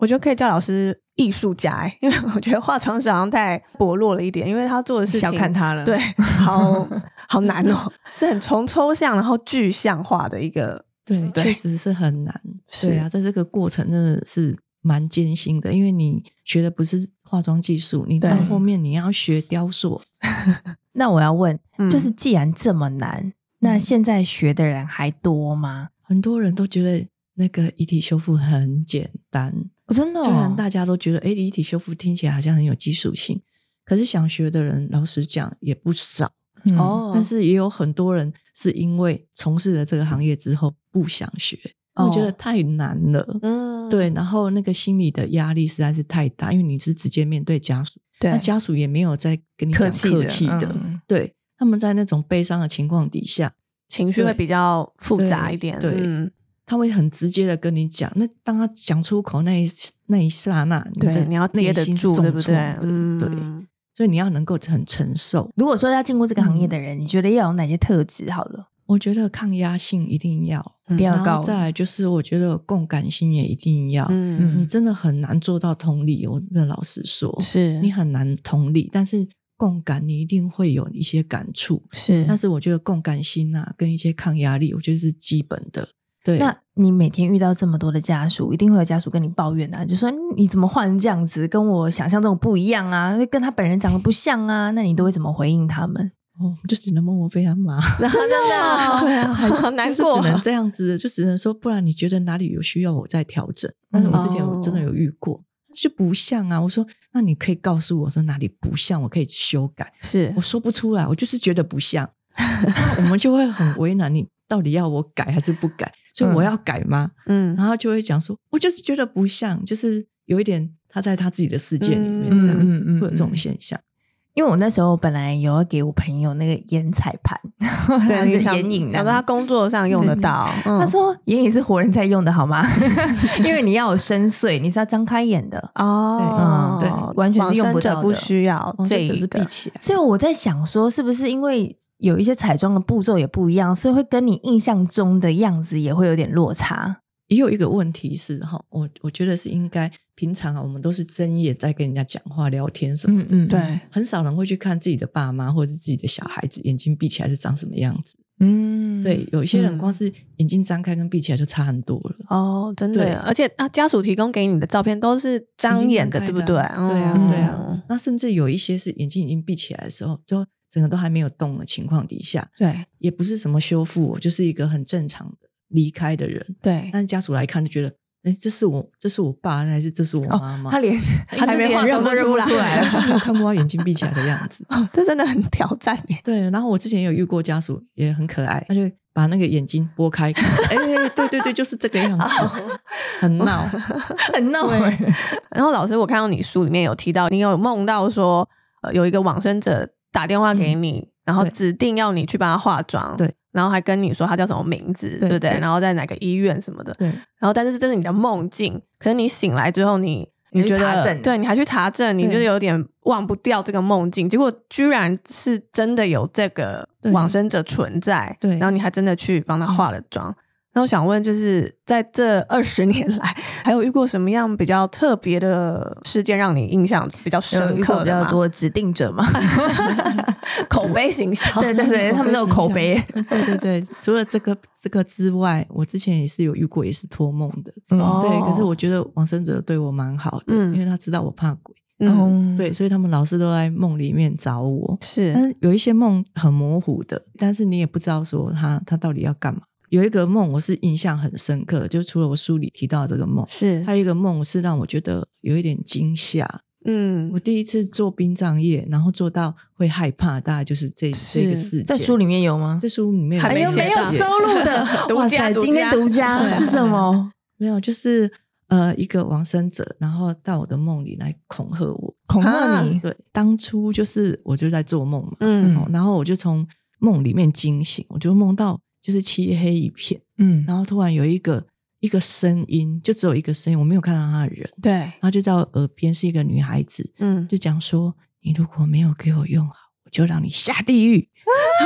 Speaker 2: 我觉得可以叫老师艺术家、欸，因为我觉得化妆师好像太薄弱了一点，因为他做的事情
Speaker 1: 小看他了。
Speaker 2: 对，，好 好难哦，是很从抽象然后具象化的一个，
Speaker 3: 对，确
Speaker 2: 对，
Speaker 3: 实是很难。
Speaker 2: 是
Speaker 3: 对啊，在这个过程真的是蛮艰辛的，因为你学的不是化妆技术，你到
Speaker 2: 对
Speaker 3: 后面你要学雕塑。
Speaker 1: 那我要问，
Speaker 2: 嗯
Speaker 1: 就是既然这么难，那现在学的人还多吗？
Speaker 3: 很多人都觉得那个遗体修复很简单，
Speaker 1: 哦真的、哦，
Speaker 3: 虽然大家都觉得哎，诶遗体修复听起来好像很有技术性，可是想学的人，老实讲也不少。
Speaker 1: 嗯，
Speaker 2: 哦，
Speaker 3: 但是也有很多人是因为从事了这个行业之后不想学，我觉得
Speaker 2: 哦
Speaker 3: 太难了。
Speaker 2: 嗯，
Speaker 3: 对，然后那个心理的压力实在是太大，因为你是直接面对家属，
Speaker 2: 对
Speaker 3: 那，家属也没有在跟你讲
Speaker 1: 客气
Speaker 3: 客
Speaker 1: 的
Speaker 3: 气的，
Speaker 1: 嗯
Speaker 3: 对，他们在那种悲伤的情况底下，
Speaker 2: 情绪会
Speaker 3: 对
Speaker 2: 比较复杂
Speaker 3: 对
Speaker 2: 一点。
Speaker 3: 对
Speaker 2: 嗯，
Speaker 3: 他会很直接的跟你讲。那当他讲出口那一那一刹那，
Speaker 2: 对，
Speaker 3: 的
Speaker 2: 你要接得
Speaker 3: 内心是
Speaker 2: 住，
Speaker 3: 重
Speaker 2: 对不对
Speaker 3: 创的？
Speaker 2: 嗯，
Speaker 3: 对，所以你要能够很承受。
Speaker 1: 如果说要进入这个行业的人，你觉得要有哪些特质？好了，
Speaker 3: 我觉得抗压性一定要，
Speaker 1: 一定要
Speaker 3: 然
Speaker 1: 高
Speaker 3: 后。再来就是我觉得共感性也一定要。
Speaker 2: 嗯，
Speaker 3: 你真的很难做到同理，我真的老实说，
Speaker 2: 是
Speaker 3: 嗯你很难同理，但是共感你一定会有一些感触。
Speaker 2: 是，
Speaker 3: 但是我觉得共感心啊，跟一些抗压力，我觉得是基本的。对，
Speaker 1: 那你每天遇到这么多的家属，一定会有家属跟你抱怨啊，就说嗯你怎么换成这样子，跟我想象中不一样啊，跟他本人长得不像啊，那你都会怎么回应他们？
Speaker 3: 哦我就只能默默被他骂。
Speaker 2: 然后真的
Speaker 3: 对啊，还 是
Speaker 2: 好难
Speaker 3: 就是
Speaker 2: 过
Speaker 1: 哦
Speaker 3: 只能这样子，就只能说，不然你觉得哪里有需要我再调整？但是我之前我真的
Speaker 1: 哦
Speaker 3: 有遇过，就不像啊。我说，那你可以告诉我说哪里不像，我可以修改。
Speaker 2: 是
Speaker 3: 我说不出来，我就是觉得不 像。那我们就会很为难，你到底要我改还是不改？所以我要改吗？
Speaker 2: 嗯
Speaker 3: 然后就会讲说，我就是觉得不像，就是有一点他在他自己的世界里面
Speaker 2: 嗯
Speaker 3: 这样子，
Speaker 1: 嗯嗯嗯
Speaker 3: 会有这种
Speaker 1: 嗯
Speaker 3: 现象。
Speaker 1: 因为我那时候本来有要给我朋友那个眼彩盘， 然后就
Speaker 2: 想
Speaker 1: 眼影
Speaker 2: 想
Speaker 1: 啊，
Speaker 2: 说他工作上用得到，嗯
Speaker 1: 他说眼影是活人才用的好吗？ 因为你要有深邃，你是要张开眼的。
Speaker 2: 哦，
Speaker 3: 对
Speaker 1: 对完全是
Speaker 2: 往
Speaker 1: 用
Speaker 2: 生
Speaker 1: 不
Speaker 2: 者
Speaker 1: 到
Speaker 2: 不
Speaker 1: 的
Speaker 2: 需要
Speaker 3: 哦
Speaker 2: 这
Speaker 3: 只
Speaker 2: 一
Speaker 3: 是闭
Speaker 2: 个，
Speaker 3: 起来，
Speaker 1: 所以我在想说，是不是因为有一些彩妆的步骤也不一样，所以会跟你印象中的样子也会有点落差？
Speaker 3: 也有一个问题是哈，我我觉得是应该平常啊，我们都是睁眼在跟人家讲话、聊天什么的，
Speaker 1: 嗯
Speaker 2: 对，
Speaker 3: 很少人会去看自己的爸妈或者是自己的小孩子眼睛闭起来是长什么样子。
Speaker 1: 嗯
Speaker 3: 对，，有一些人
Speaker 2: 嗯
Speaker 3: 光是眼睛张开跟闭起来就差很多了。
Speaker 2: 哦，真
Speaker 3: 对
Speaker 2: 的，而且啊，家属提供给你的照片都是张眼的，
Speaker 3: 已
Speaker 2: 对
Speaker 3: 经
Speaker 2: 不
Speaker 3: 张开
Speaker 2: 对？
Speaker 3: 的啊对啊，
Speaker 2: 嗯
Speaker 3: 对啊。那甚至有一些是眼睛已经闭起来的时候，就整个都还没有动的情况底下，
Speaker 2: 对
Speaker 3: 也不是什么修复，就是一个很正常的离开的人。
Speaker 2: 对，
Speaker 3: 但是家属来看就觉得，哎，这是我，这是我爸，还是这是我妈妈？
Speaker 1: 他连
Speaker 2: 他自己也认不出来
Speaker 3: 他没有看过啊他眼睛闭起来的样子。
Speaker 2: 哦 这真的很挑战耶。
Speaker 3: 对，然后我之前有遇过家属也很可爱，他就把那个眼睛拨开看，哎、对对对，就是这个样子，很闹。
Speaker 1: 很闹哎、
Speaker 2: 然后老师，我看到你书里面有提到，你有梦到说，呃，有一个往生者打电话给你，然后
Speaker 3: 对
Speaker 2: 指定要你去帮他化妆，
Speaker 3: 对，
Speaker 2: 然后还跟你说他叫什么名字，对
Speaker 3: 对
Speaker 2: 不对？
Speaker 3: 对
Speaker 2: 然后在哪个医院什么的，
Speaker 3: 对，
Speaker 2: 然后但是这是你的梦境，可是你醒来之后你。你
Speaker 1: 还去
Speaker 2: 觉
Speaker 1: 查
Speaker 2: 得
Speaker 1: 证
Speaker 2: 对，你还去查证，你
Speaker 3: 对
Speaker 2: 就有点忘不掉这个梦境，结果居然是真的有这个
Speaker 3: 对
Speaker 2: 往生者存在，
Speaker 3: 对
Speaker 2: 然后你还真的去帮他化了妆。那我想问，就是在这二十年来，还有遇过什么样比较特别的事件让你印象比较
Speaker 1: 有
Speaker 2: 深
Speaker 1: 遇过
Speaker 2: 刻
Speaker 1: 比
Speaker 2: 的
Speaker 1: 较
Speaker 2: 吗？
Speaker 1: 多指定者嘛？
Speaker 2: 口碑形象，
Speaker 1: 对对对，他们都有口碑。
Speaker 3: 对对对，除了这个这个之外，我之前也是有遇过，也是托梦的。
Speaker 2: 哦
Speaker 3: 对，可是我觉得王生哲对我蛮好的，
Speaker 2: 嗯
Speaker 3: 因为他知道我怕鬼，
Speaker 2: 嗯
Speaker 3: 对，所以他们老是都在梦里面找我。但
Speaker 2: 是
Speaker 3: 是有一些梦很模糊的，但是你也不知道说他他到底要干嘛。有一个梦我是印象很深刻，就除了我书里提到的这个梦，
Speaker 2: 是
Speaker 3: 还有一个梦是让我觉得有一点惊吓。
Speaker 2: 嗯
Speaker 3: 我第一次做殡葬业，然后做到会害怕，大概就是这
Speaker 2: 是
Speaker 3: 这个事件。
Speaker 1: 在书里面有吗？
Speaker 3: 这书里面
Speaker 2: 还没
Speaker 1: 有
Speaker 2: 写
Speaker 1: 没有
Speaker 2: 到？
Speaker 3: 写
Speaker 1: 收录的
Speaker 2: 独
Speaker 1: 哇
Speaker 2: 家
Speaker 1: 塞，
Speaker 2: 独
Speaker 1: 今天
Speaker 2: 家
Speaker 1: 独家
Speaker 3: 对
Speaker 1: 是什么？
Speaker 3: 没有，就是呃，一个往生者，然后到我的梦里来恐吓我。
Speaker 1: 恐吓
Speaker 2: 啊
Speaker 1: 你？
Speaker 3: 对，当初就是我就在做梦嘛，
Speaker 2: 嗯
Speaker 3: 哦然后我就从梦里面惊醒，我就梦到就是漆黑一片，
Speaker 1: 嗯
Speaker 3: 然后突然有一个一个声音，就只有一个声音，我没有看到他的人，
Speaker 2: 对
Speaker 3: 然后就在我耳边是一个女孩子，
Speaker 2: 嗯
Speaker 3: 就讲说：“你如果没有给我用好，我就让你下地 狱。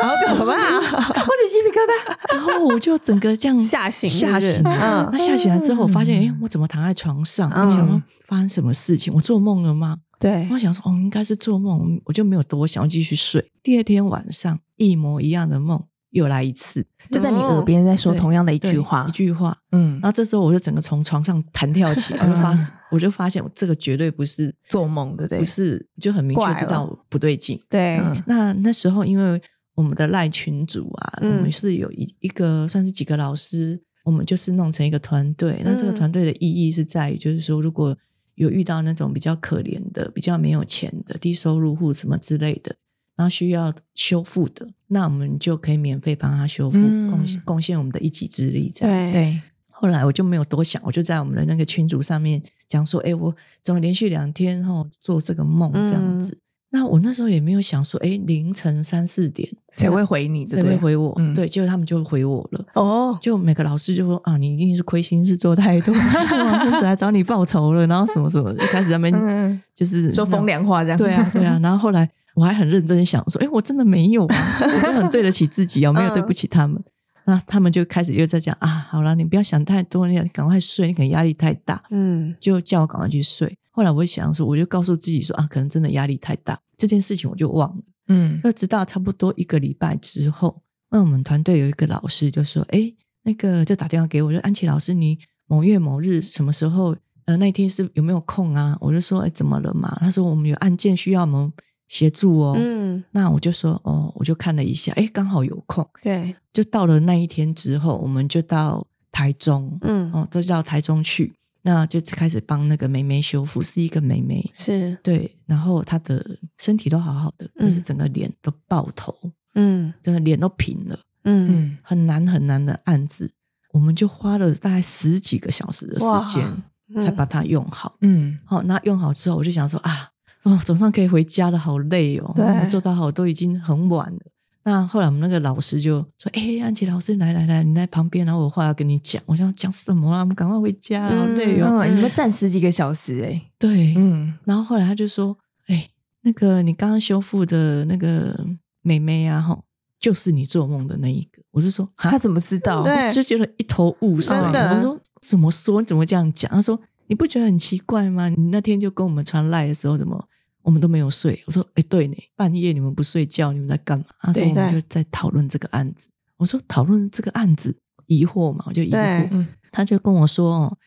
Speaker 2: 好可怕，
Speaker 1: 我起鸡皮疙瘩。”
Speaker 3: 然后我就整个这样
Speaker 2: 吓醒是不
Speaker 3: 吓
Speaker 2: 是
Speaker 3: 醒了。
Speaker 2: 嗯
Speaker 3: 那吓醒来之后，我发
Speaker 1: 嗯
Speaker 3: 现，哎、我怎么躺在床上？
Speaker 2: 嗯
Speaker 3: 我想说发生什么事情？我做梦了吗？
Speaker 2: 对
Speaker 3: 我想说，哦，应该是做梦，我就没有多想，我继续睡。第二天晚上，一模一样的梦又来一次，
Speaker 1: 就在你耳边在说
Speaker 3: 对
Speaker 1: 同样的一
Speaker 3: 一
Speaker 1: 句话
Speaker 3: 一，句话。
Speaker 1: 嗯
Speaker 3: 然，后这时候我就整个从床上弹跳 起来，我就发
Speaker 1: 嗯，
Speaker 3: 我就发现我这个绝对不是
Speaker 1: 做梦对不对
Speaker 3: 不是，就很明
Speaker 2: 怪
Speaker 3: 确
Speaker 2: 了
Speaker 3: 知道不对劲。
Speaker 2: 对
Speaker 1: 嗯
Speaker 3: 那那时候因为我们的赖群主啊，
Speaker 2: 嗯
Speaker 3: 我们是有一一个算是几个老师，我们就是弄成一个团队。那这个
Speaker 2: 嗯
Speaker 3: 团队的意义是在于，就是说如果有遇到那种比较可怜的、比较没有钱的、低收入户什么之类的，然后需要修复的，那我们就可以免费帮他修复，
Speaker 1: 嗯
Speaker 3: 贡献贡献我们的一己之力，这样子。
Speaker 2: 对，
Speaker 3: 后来我就没有多想，我就在我们的那个群组上面讲说，哎、我怎么连续两天后做这个梦
Speaker 2: 嗯
Speaker 3: 这样子。那我那时候也没有想说，哎，凌晨三四点
Speaker 1: 谁会回你？对
Speaker 3: 谁
Speaker 1: 不
Speaker 3: 会
Speaker 1: 对？
Speaker 3: 回我？
Speaker 1: 嗯
Speaker 3: 对，结果他们就回我了。
Speaker 2: 哦，
Speaker 3: 就每个老师就说啊，你一定是亏心事做太多， 王生子来找你报仇了，然后什么什么，一开始他们
Speaker 2: 嗯
Speaker 3: 就是
Speaker 1: 说风凉话这样。
Speaker 3: 对啊，对啊。然后后来我还很认真地想说，哎、我真的没有啊，我都很对得起自己啊，我没有
Speaker 1: 嗯
Speaker 3: 对不起他们。那他们就开始又在讲啊，好了，你不要想太多，你赶快睡，你可能压力太大，
Speaker 2: 嗯
Speaker 3: 就叫我赶快去睡。后来我想说，我就告诉自己说啊，可能真的压力太大，这件事情我就忘了。
Speaker 1: 嗯，
Speaker 3: 就直到差不多一个礼拜之后，那我们团队有一个老师就说：“哎，那个就打电话给我，说安琪老师，你某月某日什么时候？呃，那一天是有没有空啊？”我就说：“哎，怎么了嘛？”他说：“我们有案件需要我们协助哦。
Speaker 2: 嗯，
Speaker 3: 那我就说：“哦，我就看了一下，哎，刚好有空。
Speaker 2: 对，”
Speaker 3: 就到了那一天之后，我们就到台中，
Speaker 2: 嗯
Speaker 3: 哦，都到台中去，那就开始帮那个梅梅修复，是一个梅梅。
Speaker 2: 是，
Speaker 3: 对，然后她的身体都好好的，可是
Speaker 2: 嗯
Speaker 3: 整个脸都爆头，
Speaker 2: 嗯
Speaker 3: 真的脸都平了，
Speaker 2: 嗯
Speaker 1: 嗯，
Speaker 3: 很难很难的案子，我们就花了大概十几个小时的
Speaker 2: 哇
Speaker 3: 时间才把它用好。
Speaker 1: 嗯，
Speaker 3: 好、那用好之后，我就想说啊，哦，总算可以回家了，好累哦。
Speaker 2: 对
Speaker 3: 我们做到好都已经很晚了。那后来我们那个老师就说：“哎、安琪老师，来来来，你在旁边，然后我话要跟你讲。”我想讲什么啊？我们赶快回家，好累哦。
Speaker 1: 嗯，你们站十几个小时哎，
Speaker 3: 对，
Speaker 1: 嗯
Speaker 3: 然后后来他就说：“哎、那个你刚刚修复的那个妹妹啊，吼，就是你做梦的那一个。”我就说：“啊
Speaker 1: 他怎么知道？
Speaker 2: 对
Speaker 3: 就觉得一头雾水。
Speaker 2: 真的
Speaker 3: 我说怎么说？你怎么这样讲？他说你不觉得很奇怪吗？你那天就跟我们传赖的时候，怎么我们都没有睡？我说哎、诶对呢，半夜你们不睡觉，你们在干嘛？他说
Speaker 2: 对
Speaker 3: 我们就在讨论这个案子。我说讨论这个案子，疑惑嘛，我就疑
Speaker 2: 对
Speaker 3: 惑。
Speaker 1: 嗯
Speaker 3: 他就跟我说哦，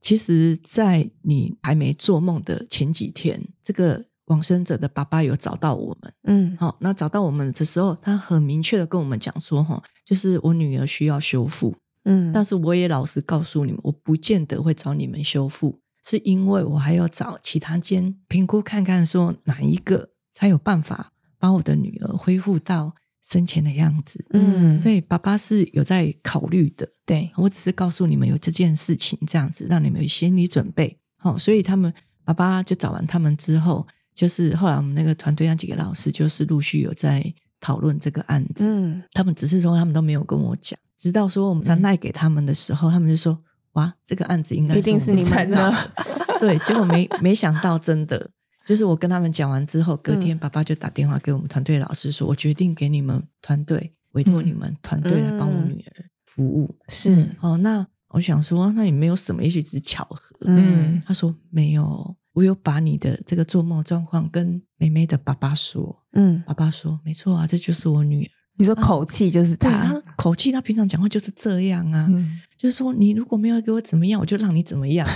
Speaker 3: 其实，在你还没做梦的前几天，这个往生者的爸爸有找到我们。
Speaker 2: 嗯
Speaker 3: 好，那找到我们的时候，他很明确的跟我们讲说，哈，就是我女儿需要修复，
Speaker 2: 嗯，
Speaker 3: 但是我也老实告诉你们，我不见得会找你们修复，是因为我还要找其他间评估看看，说哪一个才有办法把我的女儿恢复到生前的样子。
Speaker 2: 嗯
Speaker 3: 对，爸爸是有在考虑的，
Speaker 1: 对，
Speaker 3: 我只是告诉你们有这件事情，这样子让你们有心理准备。好、所以他们爸爸就找完他们之后，就是后来我们那个团队那几个老师，就是陆续有在讨论这个案子。
Speaker 2: 嗯
Speaker 3: 他们只是说他们都没有跟我讲，直到说我们传赖给他们的时候，他们就说：“哇，这个案子应该
Speaker 2: 一定是
Speaker 3: 我
Speaker 2: 你们
Speaker 3: 传
Speaker 2: 的
Speaker 3: 的。” 对，结果没没想到，真的就是我跟他们讲完之后，隔
Speaker 2: 嗯
Speaker 3: 天爸爸就打电话给我们团队老师说：“我决定给你们团队委托你们团队来帮我
Speaker 2: 嗯
Speaker 3: 女儿服务。
Speaker 2: 是
Speaker 3: 哦，那我想说，那也没有什么，也许只是巧合。
Speaker 1: 嗯
Speaker 3: 他说没有，哦我有把你的这个做梦状况跟妹妹的爸爸说，
Speaker 2: 嗯
Speaker 3: 爸爸说没错啊，这就是我女儿。
Speaker 1: 你说口气就是
Speaker 3: 对
Speaker 1: 他
Speaker 3: 他，口气，他平常讲话就是这样啊，
Speaker 1: 嗯
Speaker 3: 就是说你如果没有给我怎么样，我就让你怎 么样。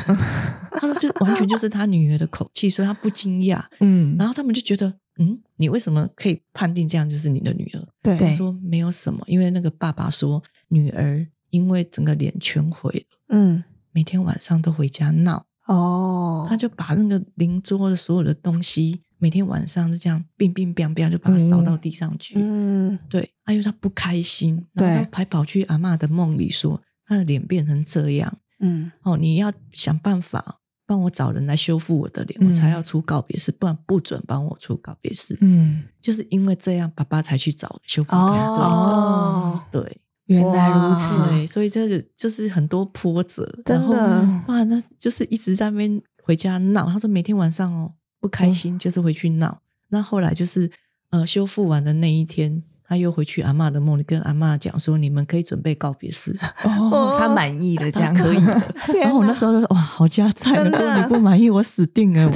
Speaker 3: 他说就完全就是他女儿的口气，所以他不惊讶。
Speaker 1: 嗯
Speaker 3: 然后他们就觉得，嗯，你为什么可以判定这样就是你的女儿？
Speaker 2: 对
Speaker 3: 他
Speaker 1: 对
Speaker 3: 说没有什么，因为那个爸爸说女儿因为整个脸全毁了。
Speaker 2: 嗯
Speaker 3: 每天晚上都回家闹，
Speaker 2: 哦，
Speaker 3: 他就把那个邻桌的所有的东西，每天晚上就这样乒乒乓乓就把它扫到地上去。
Speaker 2: 嗯
Speaker 3: 对，哎呦，他不开心，
Speaker 1: 对
Speaker 3: 然后他还跑去阿嬷的梦里说，他的脸变成这样，
Speaker 2: 嗯
Speaker 3: 哦，你要想办法帮我找人来修复我的脸，
Speaker 1: 嗯
Speaker 3: 我才要出告别式，不然不准帮我出告别式。
Speaker 1: 嗯，
Speaker 3: 就是因为这样，爸爸才去找修复团队。
Speaker 2: 哦，
Speaker 3: 对，
Speaker 1: 原来如
Speaker 2: 哇
Speaker 1: 此，
Speaker 3: 对，所以就是就是很多波折，
Speaker 2: 真的
Speaker 3: 然后哇，那就是一直在那边回家闹。他说每天晚上哦不
Speaker 1: 嗯
Speaker 3: 开心，就是回去闹。那后来就是呃修复完的那一天，他又回去阿嬷的梦里跟阿嬷讲说，你们可以准备告别式，
Speaker 1: 哦，他满意了，这样
Speaker 3: 可以。的。然
Speaker 2: 哦
Speaker 3: 后我那时候就说哇，好家在，
Speaker 2: 真
Speaker 3: 如
Speaker 2: 的
Speaker 3: 果你不满意，我死定了。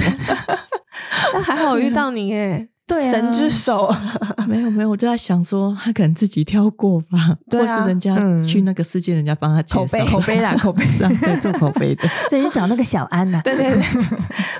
Speaker 2: 那还好遇到你耶，
Speaker 1: 对啊
Speaker 2: 神之手，
Speaker 3: 我 没有没有，我就在想说，他可能自己跳过吧，
Speaker 2: 对啊
Speaker 3: 或是人家
Speaker 1: 嗯
Speaker 3: 去那个事件，人家帮他介绍
Speaker 1: 口碑口碑啦口碑
Speaker 3: 这样对做口碑的。
Speaker 1: 所以去找那个小安呐，啊
Speaker 2: 对对对，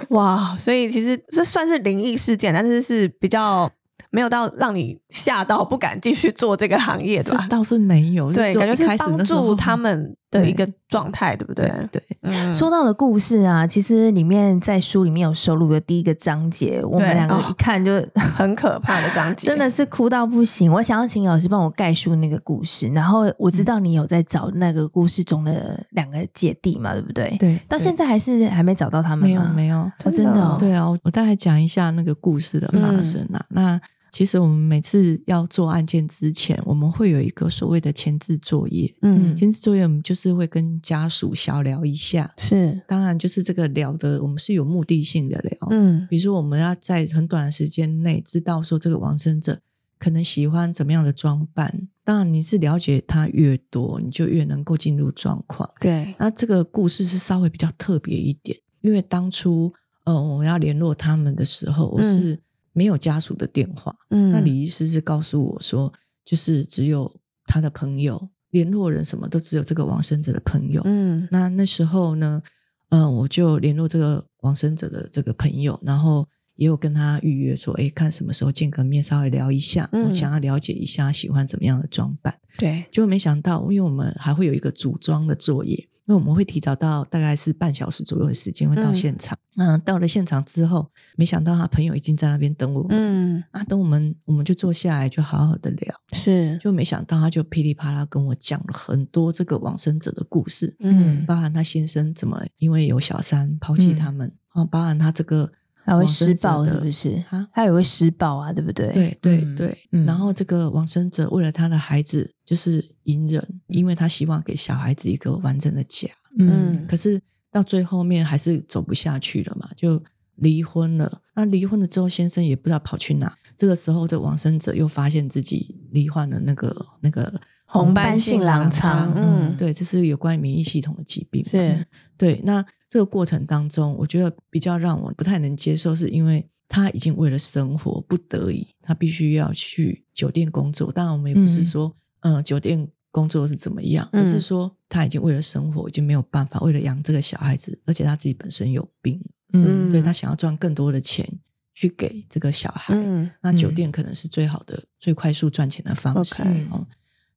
Speaker 2: 哇！所以其实这算是灵异事件，但是是比较没有到让你吓到不敢继续做这个行业的
Speaker 3: 这
Speaker 2: 吧？
Speaker 3: 倒是没有，
Speaker 2: 对，
Speaker 3: 就
Speaker 2: 感觉
Speaker 3: 一
Speaker 2: 是
Speaker 3: 开始
Speaker 2: 帮
Speaker 3: 那时候
Speaker 2: 助他们的
Speaker 3: 对
Speaker 2: 一个状态，对不对？
Speaker 3: 对，
Speaker 2: 嗯
Speaker 1: 说到了故事啊，其实里面在书里面有收录的第一个章节，我们
Speaker 2: 对
Speaker 1: 两个
Speaker 2: 哦
Speaker 1: 一看就
Speaker 2: 很可怕的章节，
Speaker 1: 真的是哭到不行。我想要请老师帮我概述那个故事，然后我知道你有在找那个故事中的两个姐弟嘛，对不对？
Speaker 3: 对，
Speaker 1: 到
Speaker 3: 对
Speaker 1: 现在还是还没找到他们
Speaker 3: 没有
Speaker 1: 吗？
Speaker 3: 没有，
Speaker 1: 哦真的哦
Speaker 3: 对啊，我大概讲一下那个故事的发生
Speaker 2: 嗯
Speaker 3: 啊。那其实我们每次要做案件之前，我们会有一个所谓的前置作业。
Speaker 2: 嗯
Speaker 3: 前置作业我们就是会跟家属小聊一下，
Speaker 2: 是
Speaker 3: 当然就是这个聊的，我们是有目的性的聊。
Speaker 2: 嗯
Speaker 3: 比如说我们要在很短的时间内知道说这个往生者可能喜欢怎么样的装扮。当然，你是了解他越多，你就越能够进入状况。
Speaker 2: 对
Speaker 3: 那这个故事是稍微比较特别一点，因为当初呃我要联络他们的时候，我是没有家属的电话。
Speaker 2: 嗯
Speaker 3: 那李医师是告诉我说，就是只有他的朋友、联络人什么都只有这个往生者的朋友。
Speaker 2: 嗯
Speaker 3: 那那时候呢，嗯、我就联络这个往生者的这个朋友，然后也有跟他预约说，哎，看什么时候见个面，稍微聊一下，
Speaker 2: 嗯
Speaker 3: 我想要了解一下喜欢怎么样的装扮。
Speaker 2: 对
Speaker 3: 就没想到，因为我们还会有一个组装的作业，那我们会提早到大概是半小时左右的时间会到
Speaker 2: 嗯
Speaker 3: 现场。嗯，到了现场之后，没想到他朋友已经在那边等我们。
Speaker 2: 嗯
Speaker 3: 啊，等我们，我们就坐下来，就好好的聊。
Speaker 2: 是
Speaker 3: 就没想到，他就噼里啪啦跟我讲了很多这个往生者的故事。
Speaker 1: 嗯
Speaker 3: 包含他先生怎么因为有小三抛弃他们，啊，包含他这个
Speaker 1: 还会
Speaker 3: 往生
Speaker 1: 施
Speaker 3: 者
Speaker 1: 暴
Speaker 3: 的
Speaker 1: 是不是
Speaker 3: 啊？
Speaker 1: 他也会施暴啊，对不对？
Speaker 3: 对对
Speaker 1: 嗯
Speaker 3: 对，
Speaker 1: 嗯
Speaker 3: 然后这个往生者为了他的孩子就是隐忍，因为他希望给小孩子一个完整的家，
Speaker 1: 嗯
Speaker 3: 可是到最后面还是走不下去了嘛，就离婚了。那离婚了之后，先生也不知道跑去哪。这个时候，这往生者又发现自己罹患了那个那个
Speaker 1: 红斑性狼
Speaker 2: 疮嗯
Speaker 3: 对，这是有关于免疫系统的疾病嘛。
Speaker 2: 是
Speaker 3: 对，那这个过程当中，我觉得比较让我不太能接受，是因为他已经为了生活不得已，他必须要去酒店工作。当然，我们也不是
Speaker 1: 嗯
Speaker 3: 说，嗯、酒店工作是怎么样，
Speaker 2: 嗯
Speaker 3: 而是说他已经为了生活已经没有办法，为了养这个小孩子，而且他自己本身有病，
Speaker 1: 嗯
Speaker 3: 对他想要赚更多的钱去给这个小孩。
Speaker 2: 嗯
Speaker 3: 那酒店可能是最好的、最快速赚钱的方式。
Speaker 2: OK
Speaker 3: 哦，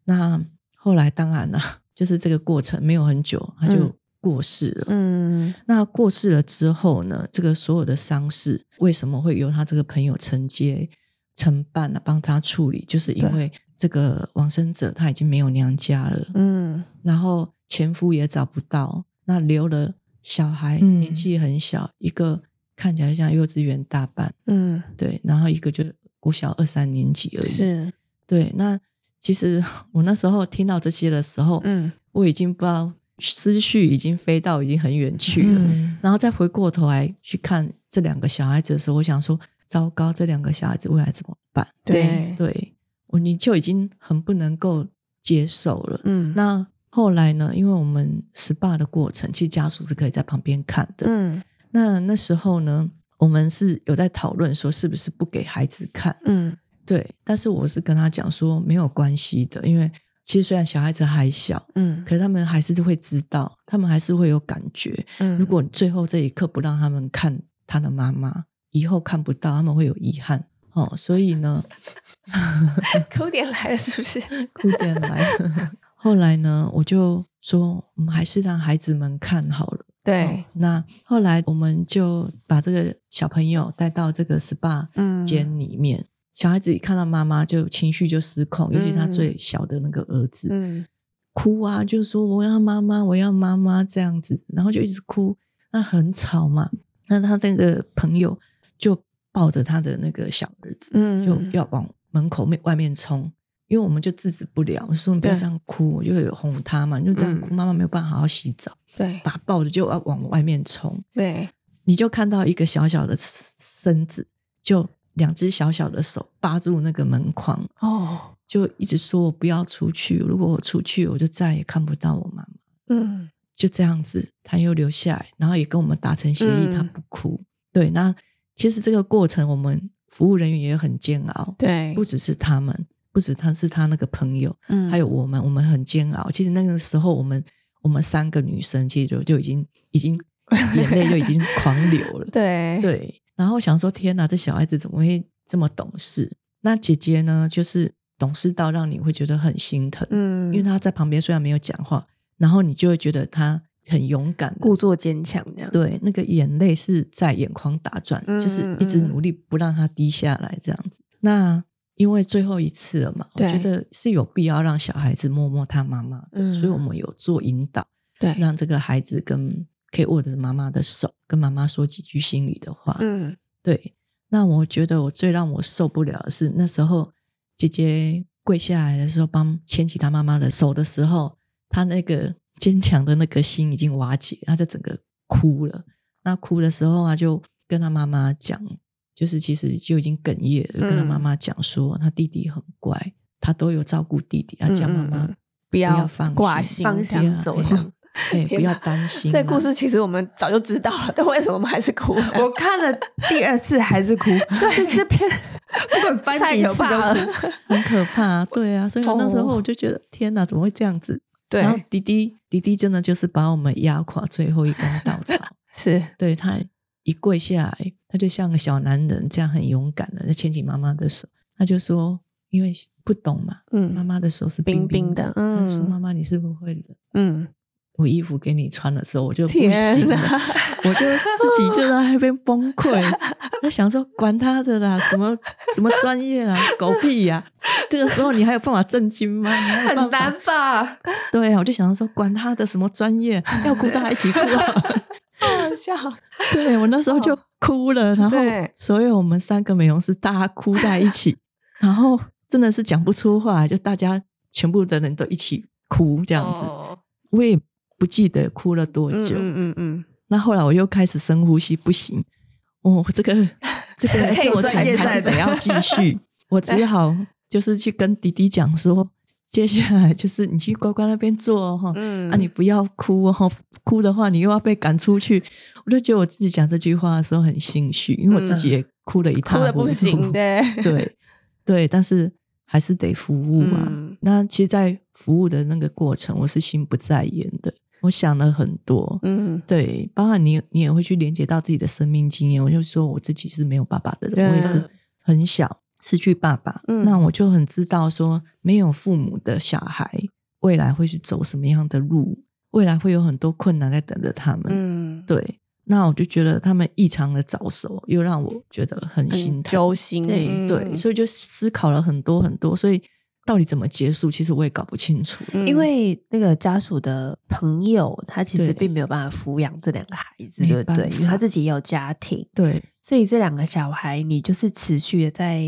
Speaker 3: 那后来当然啦、就是这个过程没有很久，他就
Speaker 2: 嗯
Speaker 3: 过世了。
Speaker 2: 嗯
Speaker 3: 那过世了之后呢，这个所有的丧事为什么会由他这个朋友承接、承办呢、帮他处理，就是因为这个往生者他已经没有娘家了，
Speaker 2: 嗯
Speaker 3: 然后前夫也找不到，那留了小孩，
Speaker 1: 嗯
Speaker 3: 年纪很小，一个看起来像幼稚园大班，
Speaker 2: 嗯
Speaker 3: 对，然后一个就国小二三年级而已，
Speaker 2: 是
Speaker 3: 对。那其实 我那时候听到这些的时候，
Speaker 2: 嗯
Speaker 3: 我已经不知道思绪已经飞到已经很远去了。
Speaker 1: 嗯
Speaker 3: 然后再回过头来去看这两个小孩子的时候，我想说，糟糕，这两个小孩子未来怎么办？
Speaker 2: 对
Speaker 3: 对我你就已经很不能够接受了。
Speaker 2: 嗯
Speaker 3: 那后来呢？因为我们 SPA 的过程，其实家属是可以在旁边看的。
Speaker 2: 嗯
Speaker 3: 那那时候呢，我们是有在讨论说，是不是不给孩子看？
Speaker 2: 嗯
Speaker 3: 对，但是我是跟他讲说没有关系的，因为其实虽然小孩子还小，
Speaker 2: 嗯
Speaker 3: 可是他们还是会知道，他们还是会有感觉。
Speaker 2: 嗯
Speaker 3: 如果最后这一刻不让他们看他的妈妈，以后看不到，他们会有遗憾哦。所以呢，
Speaker 2: 哭点来了是不是？
Speaker 3: 哭点来 了。后来呢，我就说，我们还是让孩子们看好了。哦
Speaker 2: 对，
Speaker 3: 那后来我们就把这个小朋友带到这个 SPA
Speaker 2: 嗯
Speaker 3: 间里面。小孩子一看到妈妈，就情绪就失控，尤其他
Speaker 2: 嗯
Speaker 3: 最小的那个儿子，
Speaker 2: 嗯
Speaker 3: 哭啊，就说我要妈妈，我要妈妈这样子，然后就一直哭，那很吵嘛。那他那个朋友就抱着他的那个小儿子，
Speaker 2: 嗯
Speaker 3: 就要往门口面外面冲，因为我们就制止不了，我说你不要
Speaker 2: 对嗯
Speaker 3: 这样哭，我就有哄他嘛，你就这样哭，妈妈没有办法好好洗澡，
Speaker 2: 对
Speaker 3: 把他抱着就要往外面冲，
Speaker 2: 对
Speaker 3: 你就看到一个小小的身子，就两只小小的手扒住那个门框，
Speaker 2: 哦
Speaker 3: 就一直说我不要出去，如果我出去，我就再也看不到我妈妈。
Speaker 2: 嗯
Speaker 3: 就这样子，他又留下来，然后也跟我们达成协议，
Speaker 2: 嗯
Speaker 3: 他不哭。对，那其实这个过程，我们服务人员也很煎熬，
Speaker 2: 对
Speaker 3: 不只是他们，不止他是他那个朋友，
Speaker 2: 嗯
Speaker 3: 还有我们，我们很煎熬。其实那个时候，我们我们三个女生其实就就已经已经眼泪就已经狂流 了。
Speaker 2: 对
Speaker 3: 对，然后想说，天哪，这小孩子怎么会这么懂事？那姐姐呢，就是懂事到让你会觉得很心疼。
Speaker 2: 嗯
Speaker 3: 因为他在旁边虽然没有讲话，然后你就会觉得他很勇敢啊的，
Speaker 4: 故作坚强这样。
Speaker 3: 对，那个眼泪是在眼眶打转，
Speaker 4: 嗯
Speaker 3: 就是一直努力不让它滴下来这样子。那因为最后一次了嘛，我
Speaker 4: 对
Speaker 3: 觉得是有必要让小孩子摸摸他妈妈的，
Speaker 4: 嗯
Speaker 3: 所以我们有做引导，
Speaker 4: 对，
Speaker 3: 让这个孩子跟可以握着妈妈的手，跟妈妈说几句心里的话。
Speaker 4: 嗯
Speaker 3: 对，那我觉得我最让我受不了的是那时候姐姐跪下来的时候，帮牵起她妈妈的手的时候，她那个坚强的那个心已经瓦解，她就整个哭了。那哭的时候啊，就跟她妈妈讲，就是其实就已经哽咽了，就跟她
Speaker 4: 嗯
Speaker 3: 妈妈讲说，她弟弟很乖，她都有照顾弟弟，啊，叫妈妈
Speaker 4: 嗯嗯嗯不
Speaker 3: 不要
Speaker 4: 要
Speaker 3: 放
Speaker 2: 挂
Speaker 3: 心，
Speaker 2: 心
Speaker 4: 放
Speaker 2: 这
Speaker 4: 心
Speaker 3: 样
Speaker 4: 走
Speaker 3: 哎
Speaker 4: 了。
Speaker 3: 哎，不
Speaker 4: 天哪
Speaker 3: 要担心啊。
Speaker 4: 这故事其实我们早就知道了，但为什么我们还是哭了？
Speaker 1: 我看了第二次还是哭， 对这篇不管翻
Speaker 4: 太
Speaker 1: 几
Speaker 4: 可
Speaker 1: 次
Speaker 4: 怕了
Speaker 1: 都
Speaker 2: 嗯
Speaker 1: 哭。
Speaker 3: 很可怕、啊，对啊，所以我那时候
Speaker 4: 哦
Speaker 3: 我就觉得，天哪，怎么会这样子？
Speaker 4: 对
Speaker 3: 然后迪迪迪迪真的就是把我们压垮最后一根稻 草，
Speaker 4: 是，
Speaker 3: 对他一跪下来，他就像个小男人这样很勇敢的牵起妈妈的手，他就说，因为不懂嘛，妈
Speaker 4: 嗯
Speaker 3: 妈的手是
Speaker 4: 冰
Speaker 3: 冰
Speaker 4: 冰的
Speaker 3: 他就说
Speaker 4: 嗯
Speaker 3: 妈妈你是不是会冷？
Speaker 4: 嗯，
Speaker 3: 我衣服给你穿的时候，我就不
Speaker 4: 天
Speaker 3: 行了
Speaker 4: 哪，
Speaker 3: 我就自己就在那边崩 溃。我想说，管他的啦，什么什么专业啊，狗屁呀、这个时候你还有办法震惊吗？你还有办
Speaker 4: 很
Speaker 3: 法
Speaker 4: 难吧？
Speaker 3: 对啊，我就想说，管他的什么专业，要哭大家一起哭啊！
Speaker 4: 好笑，
Speaker 3: 对我那时候就哭了，然后
Speaker 4: 对
Speaker 3: 所有我们三个美容师大家哭在一起，然后真的是讲不出话来，就大家全部的人都一起哭这
Speaker 4: 这
Speaker 3: 样子。
Speaker 2: 哦
Speaker 3: 我也不记得哭了多
Speaker 4: 哦嗯
Speaker 3: 久。
Speaker 4: 嗯嗯嗯，
Speaker 3: 那后来我又开始深呼吸，不行，哦，这个这个
Speaker 1: 可以
Speaker 3: 我
Speaker 1: 专
Speaker 3: 还
Speaker 1: 业
Speaker 3: 是还是
Speaker 1: 在
Speaker 3: 得要继续，我只好就是去跟迪迪讲说，接下来就是你去乖乖那边做哦，哈、
Speaker 4: 嗯
Speaker 3: 啊，你不要哭哦，哭的话你又要被赶出去。我就觉得我自己讲这句话的时候很心虚，因为我自己也哭了一塌
Speaker 4: 嗯哭的
Speaker 3: 糊涂，
Speaker 4: 不行的，
Speaker 3: 对对，但是还是得服务啊。
Speaker 4: 嗯
Speaker 3: 那其实，在服务的那个过程，我是心不在焉的，我想了很多，
Speaker 4: 嗯，
Speaker 3: 对，包含你，你也会去连接到自己的生命经验。我就说我自己是没有爸爸的人，我也
Speaker 4: 对
Speaker 3: 是很小失去爸爸，
Speaker 4: 嗯
Speaker 3: 那我就很知道说，没有父母的小孩未来会是走什么样的路，未来会有很多困难在等着他们。
Speaker 4: 嗯，
Speaker 3: 对，那我就觉得他们异常的早熟，又让我觉得很心
Speaker 4: 很
Speaker 3: 疼。
Speaker 4: 揪心，
Speaker 3: 对、
Speaker 4: 嗯
Speaker 3: 对，所以就思考了很多很多，所以到底怎么结束，其实我也搞不清楚。
Speaker 4: 嗯
Speaker 1: 因为那个家属的朋友，他其实
Speaker 3: 对
Speaker 1: 并没有办法抚养这两个孩子，
Speaker 3: 没
Speaker 1: 对不对？
Speaker 3: 办法
Speaker 1: 因为他自己也有家庭，
Speaker 3: 对，
Speaker 1: 所以这两个小孩，你就是持续的在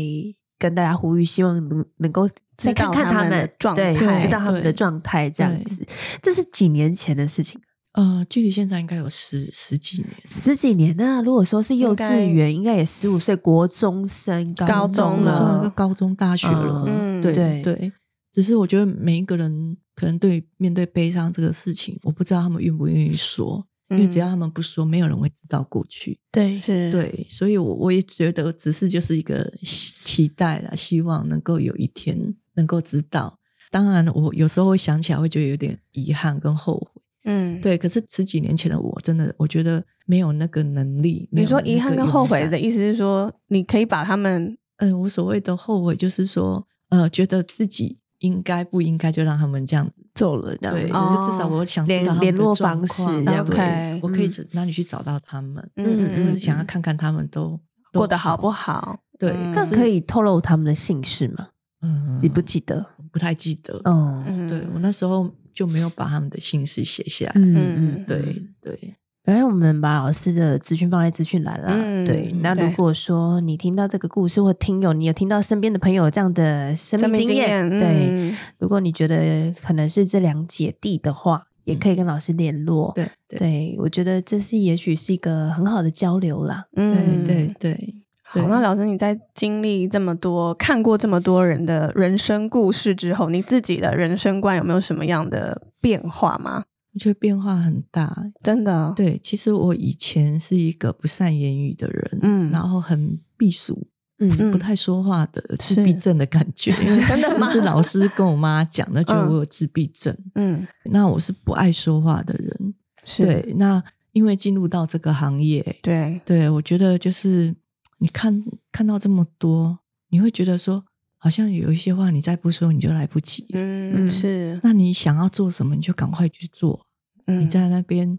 Speaker 1: 跟大家呼吁，希望能能够再看
Speaker 4: 知
Speaker 1: 看
Speaker 4: 道他们的
Speaker 1: 们
Speaker 4: 状
Speaker 1: 对
Speaker 4: 态
Speaker 1: 知道他们的
Speaker 3: 对
Speaker 1: 状态这样子。这是几年前的事情，
Speaker 3: 呃，距离现在应该有十十几年。
Speaker 1: 十几年。那如果说是幼稚园，应该也十五岁，国中生、
Speaker 4: 高
Speaker 1: 中
Speaker 4: 中了
Speaker 3: 上
Speaker 1: 了，
Speaker 3: 高中、大学了，
Speaker 4: 嗯
Speaker 3: 对
Speaker 1: 对
Speaker 3: 对。只是我觉得每一个人可能对面对悲伤这个事情，我不知道他们愿不愿意说，因为
Speaker 4: 嗯
Speaker 3: 只要他们不说，没有人会知道过去。
Speaker 1: 对
Speaker 4: 是，
Speaker 3: 对，所以我我也觉得，只是就是一个希期待啦，希望能够有一天能够知道。当然，我有时候会想起来，会觉得有点遗憾跟后悔。
Speaker 4: 嗯，。
Speaker 3: 对，可是十几年前的我，真的我觉得没有那个能力。
Speaker 4: 你
Speaker 3: 没有
Speaker 4: 说
Speaker 3: 那
Speaker 4: 遗憾
Speaker 3: 个
Speaker 4: 跟
Speaker 3: 勇
Speaker 4: 后悔
Speaker 3: 敢
Speaker 4: 的意思是说，你可以把他们
Speaker 3: 嗯，我所谓的后悔就是说，呃，觉得自己应该不应该就让他们这样子，
Speaker 1: 走了这样
Speaker 3: 对，
Speaker 1: 子。
Speaker 4: 哦
Speaker 3: 就至少我想知
Speaker 1: 联
Speaker 3: 道他们
Speaker 1: 联
Speaker 3: 的
Speaker 1: 络
Speaker 3: 状
Speaker 1: 方式
Speaker 3: 况
Speaker 1: 这
Speaker 4: 样
Speaker 3: 对
Speaker 4: OK，
Speaker 3: 我可以
Speaker 1: 嗯
Speaker 3: 只哪里去找到他们，
Speaker 1: 嗯
Speaker 3: 我
Speaker 4: 嗯
Speaker 3: 是想要看看他们都
Speaker 4: 过得好不，好，
Speaker 3: 都对，
Speaker 4: 嗯
Speaker 1: 那可，以透露他们的姓氏吗？
Speaker 3: 嗯，
Speaker 1: 你不记得？
Speaker 3: 不太记得，
Speaker 1: 哦，
Speaker 4: 嗯
Speaker 3: 对我那时候就没有把他们的姓氏写下来，
Speaker 1: 嗯
Speaker 4: 嗯
Speaker 3: 对对，
Speaker 1: 反正我们把老师的资讯放在资讯栏啦。
Speaker 4: 嗯
Speaker 1: 对，那
Speaker 4: 对
Speaker 1: 如果说你听到这个故事，或听友你有听到身边的朋友有这样的生
Speaker 4: 生
Speaker 1: 命
Speaker 4: 命
Speaker 1: 经
Speaker 4: 经
Speaker 1: 验，
Speaker 4: 验，
Speaker 1: 对，
Speaker 4: 嗯，
Speaker 1: 如果你觉得可能是这两姐弟的话，也可以跟老师联络。
Speaker 3: 对对
Speaker 1: 对，我觉得这是也许是一个很好的交流啦。
Speaker 4: 嗯，
Speaker 3: 对对对，
Speaker 4: 好，那老师，你在经历这么多、看过这么多人的人生故事之后，你自己的人生观有没有什么样的变化吗？
Speaker 3: 我觉得变化很大，
Speaker 4: 真的，
Speaker 3: 对，其实我以前是一个不善言语的人，
Speaker 4: 嗯
Speaker 3: 然后很避暑，
Speaker 1: 嗯
Speaker 3: 不
Speaker 4: 嗯
Speaker 3: 不太说话的呃自
Speaker 4: 是
Speaker 3: 闭症的感觉。因为
Speaker 4: 真的吗
Speaker 3: 那是老师跟我妈讲，那觉得
Speaker 4: 嗯
Speaker 3: 我有自闭症。
Speaker 4: 嗯，
Speaker 3: 那我是不爱说话的人，
Speaker 4: 是，
Speaker 3: 对。那因为进入到这个行业，
Speaker 4: 对，
Speaker 3: 对我觉得就是你看看到这么多，你会觉得说，好像有一些话你再不说你就来不及了。
Speaker 2: 嗯，
Speaker 5: 嗯
Speaker 2: 是，
Speaker 3: 那你想要做什么，你就赶快去做。
Speaker 2: 嗯
Speaker 3: 你在那 边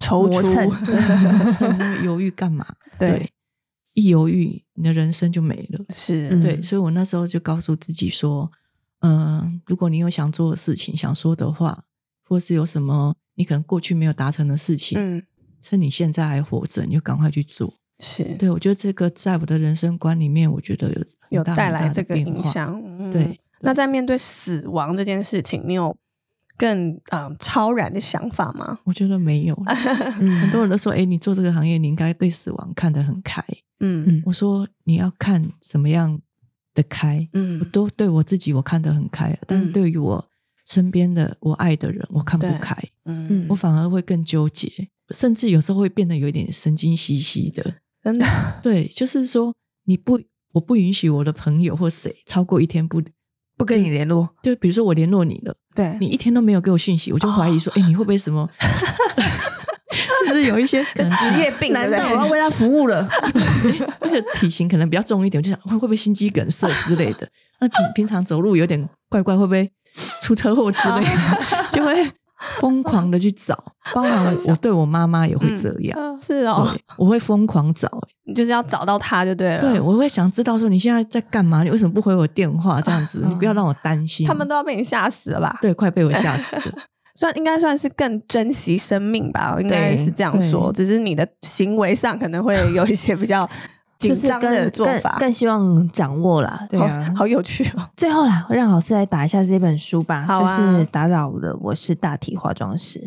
Speaker 5: 踌
Speaker 1: 磨
Speaker 5: 躇，
Speaker 1: 蹭
Speaker 3: 趁那个犹豫干嘛？
Speaker 2: 对，
Speaker 3: 一犹豫，你的人生就没了。
Speaker 2: 是，
Speaker 5: 嗯
Speaker 3: 对，所以我那时候就告诉自己说，嗯、如果你有想做的事情、想说的话，或是有什么你可能过去没有达成的事情，
Speaker 2: 嗯，
Speaker 3: 趁你现在还活着，你就赶快去做。
Speaker 2: 是，
Speaker 3: 对我觉得这个在我的人生观里面，我觉得有
Speaker 2: 有
Speaker 3: 很大
Speaker 2: 带
Speaker 3: 很
Speaker 2: 来
Speaker 3: 大的
Speaker 2: 这个
Speaker 3: 变
Speaker 2: 影
Speaker 3: 化。
Speaker 2: 响。嗯
Speaker 3: 对，
Speaker 2: 那在面对死亡这件事情，你有更啊、呃超然的想法吗？
Speaker 3: 我觉得没有，
Speaker 1: 嗯
Speaker 3: 很多人都说，哎，你做这个行业，你应该对死亡看得很开。
Speaker 2: 嗯
Speaker 3: 我说你要看怎么样的开，我
Speaker 2: 嗯，
Speaker 3: 都对我自己我看得很开，啊但是
Speaker 2: 嗯
Speaker 3: 对于我身边的我爱的人，我看不
Speaker 2: 对
Speaker 3: 开，
Speaker 2: 嗯
Speaker 3: 我反而会更纠结，甚至有时候会变得有一点神经兮兮的。
Speaker 2: 真的，
Speaker 3: 对，就是说你不，我不允许我的朋友或谁超过一天不，
Speaker 5: 不跟你联络，
Speaker 3: 就比如说我联络你了，
Speaker 2: 对
Speaker 3: 你，一天都没有给我讯息，我就怀疑说，哎、你会不会什 么？就是有一些可能是
Speaker 2: 职业病，
Speaker 1: 难
Speaker 2: 对
Speaker 1: 道
Speaker 2: 不对
Speaker 1: 我要为他服务了？
Speaker 3: 那个体型可能比较重一点，我就想会不会心肌梗塞之类的？那平平常走路有点怪怪，会不会出车祸之类的？就会疯狂的去找，包含我对我妈妈也会这样，
Speaker 2: 是哦，
Speaker 3: 对我会疯狂找、
Speaker 2: 你就是要找到他就对啊了。
Speaker 3: 对，我会想知道说你现在在干嘛？你为什么不回我电话？这样 子，你不要让我担心。
Speaker 2: 嗯他们都要被你吓死了吧？
Speaker 3: 对，快被我吓死 了。
Speaker 2: 算应该算是更珍惜生命吧，应该是这样说。只是你的行为上可能会有一些比 较紧
Speaker 1: 就是
Speaker 2: 张的
Speaker 1: 更
Speaker 2: 做
Speaker 1: 更
Speaker 2: 法。
Speaker 1: 更希望掌握啦。对
Speaker 2: 好
Speaker 1: 啊，
Speaker 2: 好有趣哦！
Speaker 1: 最后啦，让老师来打一下这本书吧。
Speaker 2: 好啊
Speaker 1: 就是打扰了，我是大体化妆师。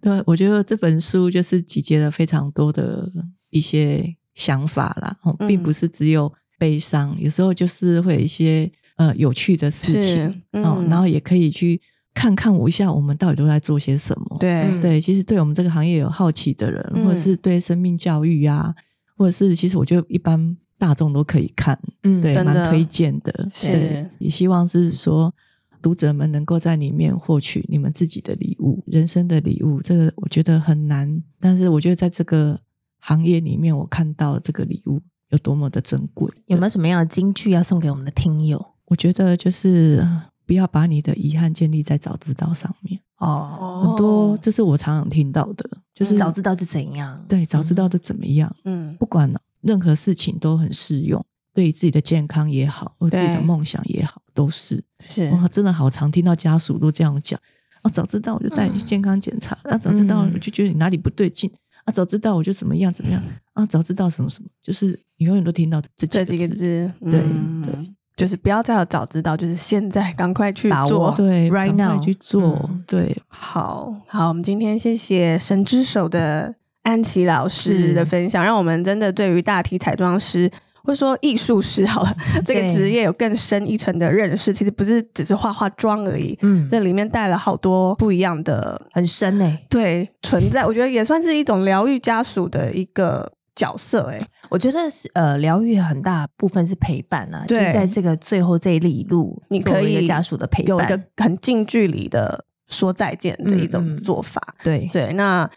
Speaker 3: 对，我觉得这本书就是集结了非常多的一些想法啦，哦
Speaker 2: 嗯
Speaker 3: 并不是只有悲伤，有时候就是会有一些呃有趣的
Speaker 2: 是
Speaker 3: 事情，，哦
Speaker 2: 嗯，，
Speaker 3: 然后也可以去看看我一下，我们到底都在做些什么。
Speaker 2: 对
Speaker 1: 嗯，
Speaker 3: 对，其实对我们这个行业有好奇的人，
Speaker 2: 嗯
Speaker 3: 或者是对生命教育啊，或者是其实我觉得一般大众都可以看，
Speaker 1: 嗯
Speaker 3: 对，
Speaker 2: 真的
Speaker 3: 蛮推荐的。
Speaker 2: 是
Speaker 3: 对，也希望是说读者们能够在里面获取你们自己的礼物，人生的礼物。这个我觉得很难，但是我觉得在这个行业里面，我看到这个礼物有多么的珍贵。
Speaker 1: 有没有什么样的金句要送给我们的听友？
Speaker 3: 我觉得就是呃不要把你的遗憾建立在早知道上面，
Speaker 1: 哦，嗯
Speaker 3: 很多这是我常常听到的，就是
Speaker 1: 早知道就怎样？
Speaker 3: 对早知道的怎么样。
Speaker 2: 嗯
Speaker 3: 不管任何事情都很适用，对于自己的健康也好，或自己的
Speaker 2: 对
Speaker 3: 梦想也好，都是。
Speaker 2: 是
Speaker 3: 哇，真的好常听到家属都这样讲。啊，早知道我就带你去健康检查。啊，早知道
Speaker 1: 嗯
Speaker 3: 我就觉得你哪里不对劲。啊，早知道我就怎么样怎么样。啊，早知道什么什么，就是你永远都听到这
Speaker 2: 这几个
Speaker 3: 字。
Speaker 2: 字，
Speaker 3: 对
Speaker 2: 嗯
Speaker 3: 对，
Speaker 2: 就是不要再有早知道，就是现在赶快去
Speaker 1: 把握
Speaker 2: 做。
Speaker 3: 对
Speaker 1: Right
Speaker 3: 赶快
Speaker 1: now
Speaker 3: 去做。
Speaker 1: 嗯
Speaker 3: 对，
Speaker 2: 好好，我们今天谢谢神之手的安琪老师
Speaker 1: 是
Speaker 2: 的分享，让我们真的对于大体彩妆师。或者说艺术师好了， 这个
Speaker 1: 嗯对
Speaker 2: 职业有更深一层的认识。其实不是只是化化妆而已，
Speaker 1: 嗯，
Speaker 2: 这里面带了好多不一样的
Speaker 1: 很深欸呢、
Speaker 2: 对存在，我觉得也算是一种疗愈家属的一个角色、欸。
Speaker 1: 我觉得是呃，疗愈很大部分是陪伴啊，
Speaker 2: 对
Speaker 1: 就是在这个最后这一里路，
Speaker 2: 你
Speaker 1: 作为
Speaker 2: 可以
Speaker 1: 一个家属的陪
Speaker 2: 有一
Speaker 1: 伴，
Speaker 2: 个很近距离的说再见的一
Speaker 1: 嗯
Speaker 2: 种
Speaker 1: 嗯
Speaker 2: 做法。
Speaker 1: 对
Speaker 2: 对，那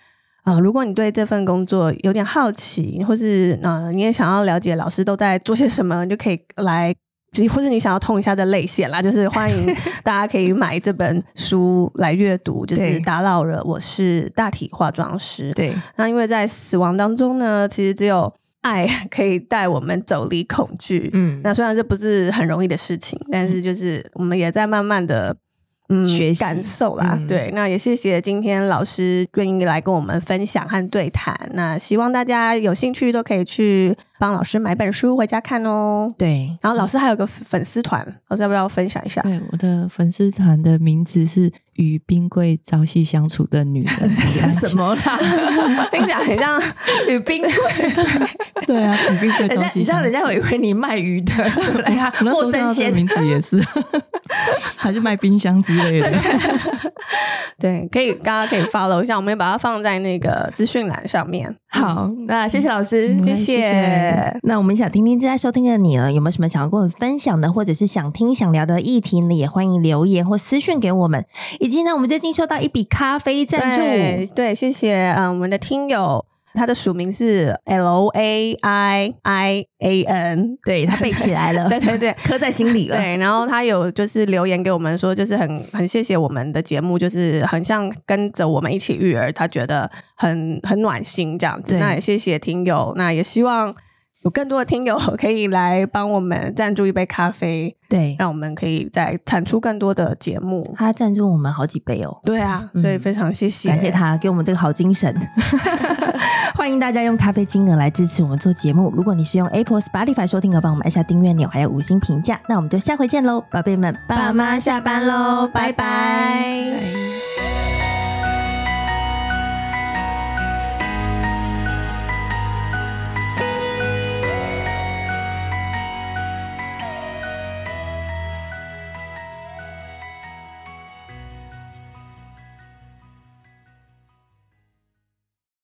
Speaker 2: 呃，如果你对这份工作有点好奇，或是呃，你也想要了解老师都在做些什么，你就可以来。只或是你想要痛一下这泪腺啦，就是欢迎 大家可以买这本书来阅读，就是
Speaker 1: 对
Speaker 2: 打扰了，我是大体化妆师。
Speaker 1: 对，
Speaker 2: 那因为在死亡当中呢，其实只有爱可以带我们走离恐惧。
Speaker 1: 嗯，
Speaker 2: 那虽然这不是很容易的事情，但是就是我们也在慢慢的嗯
Speaker 1: 学习
Speaker 2: 感受啦。
Speaker 1: 嗯
Speaker 2: 对，那也谢谢今天老师愿意来跟我们分享和对谈。那希望大家有兴趣都可以去帮老师买本书回家看哦。
Speaker 1: 对，
Speaker 2: 然后老师还有个粉丝团，老师要不要分享一下？
Speaker 3: 对，我的粉丝团的名字是“与冰柜朝夕相处的女人”，
Speaker 1: 什么 啦？
Speaker 2: 听起来很像
Speaker 1: 与冰 柜。
Speaker 3: 对啊，与冰柜
Speaker 1: 人
Speaker 3: 朝
Speaker 1: 家
Speaker 3: 夕
Speaker 1: 你知道
Speaker 3: 相
Speaker 1: 人
Speaker 3: 处。
Speaker 1: 家以为你卖 鱼的，对啊，
Speaker 3: 我那
Speaker 1: 莫
Speaker 3: 时候看
Speaker 1: 生
Speaker 3: 到这个
Speaker 1: 鲜
Speaker 3: 名字也是， 还是卖冰箱之类的。
Speaker 2: 对，可以，大家可以 follow 一下，我们也把它放在那个资讯栏上面。
Speaker 1: 好，那谢谢老师，
Speaker 3: 嗯
Speaker 2: 谢
Speaker 3: 谢
Speaker 2: 谢
Speaker 3: 谢。
Speaker 1: 那我们想听听正在收听的你呢，有没有什么想要跟我们分享的，或者是想听想聊的议题呢？也欢迎留言或私讯给我们。以及呢，我们最近收到一笔咖啡赞助，
Speaker 2: 对对，谢谢嗯、呃我们的听友他的署名是 L A I I A N，
Speaker 1: 对他背起来了，
Speaker 2: 对对对，
Speaker 1: 刻在心里了。
Speaker 2: 对，然后他有就是留言给我们说，就是很很谢谢我们的节目，就是很像跟着我们一起育儿，他觉得很很暖心这样子。
Speaker 1: 对
Speaker 2: 那也谢谢听友，那也希望有更多的听友可以来帮我们赞助一杯咖啡，
Speaker 1: 对，
Speaker 2: 让我们可以再产出更多的节目。
Speaker 1: 他赞助我们好几倍哦。
Speaker 2: 对啊，所以非常谢谢，
Speaker 1: 感谢。他给我们这个好精 神。欢迎大家用咖啡金额来支持我们做节目。如果你是用 Apple Spotify 收听的，帮我们按下订阅钮，还有五星评价。那我们就下回见喽，宝贝们，
Speaker 2: 爸妈下班喽，拜拜
Speaker 3: 哎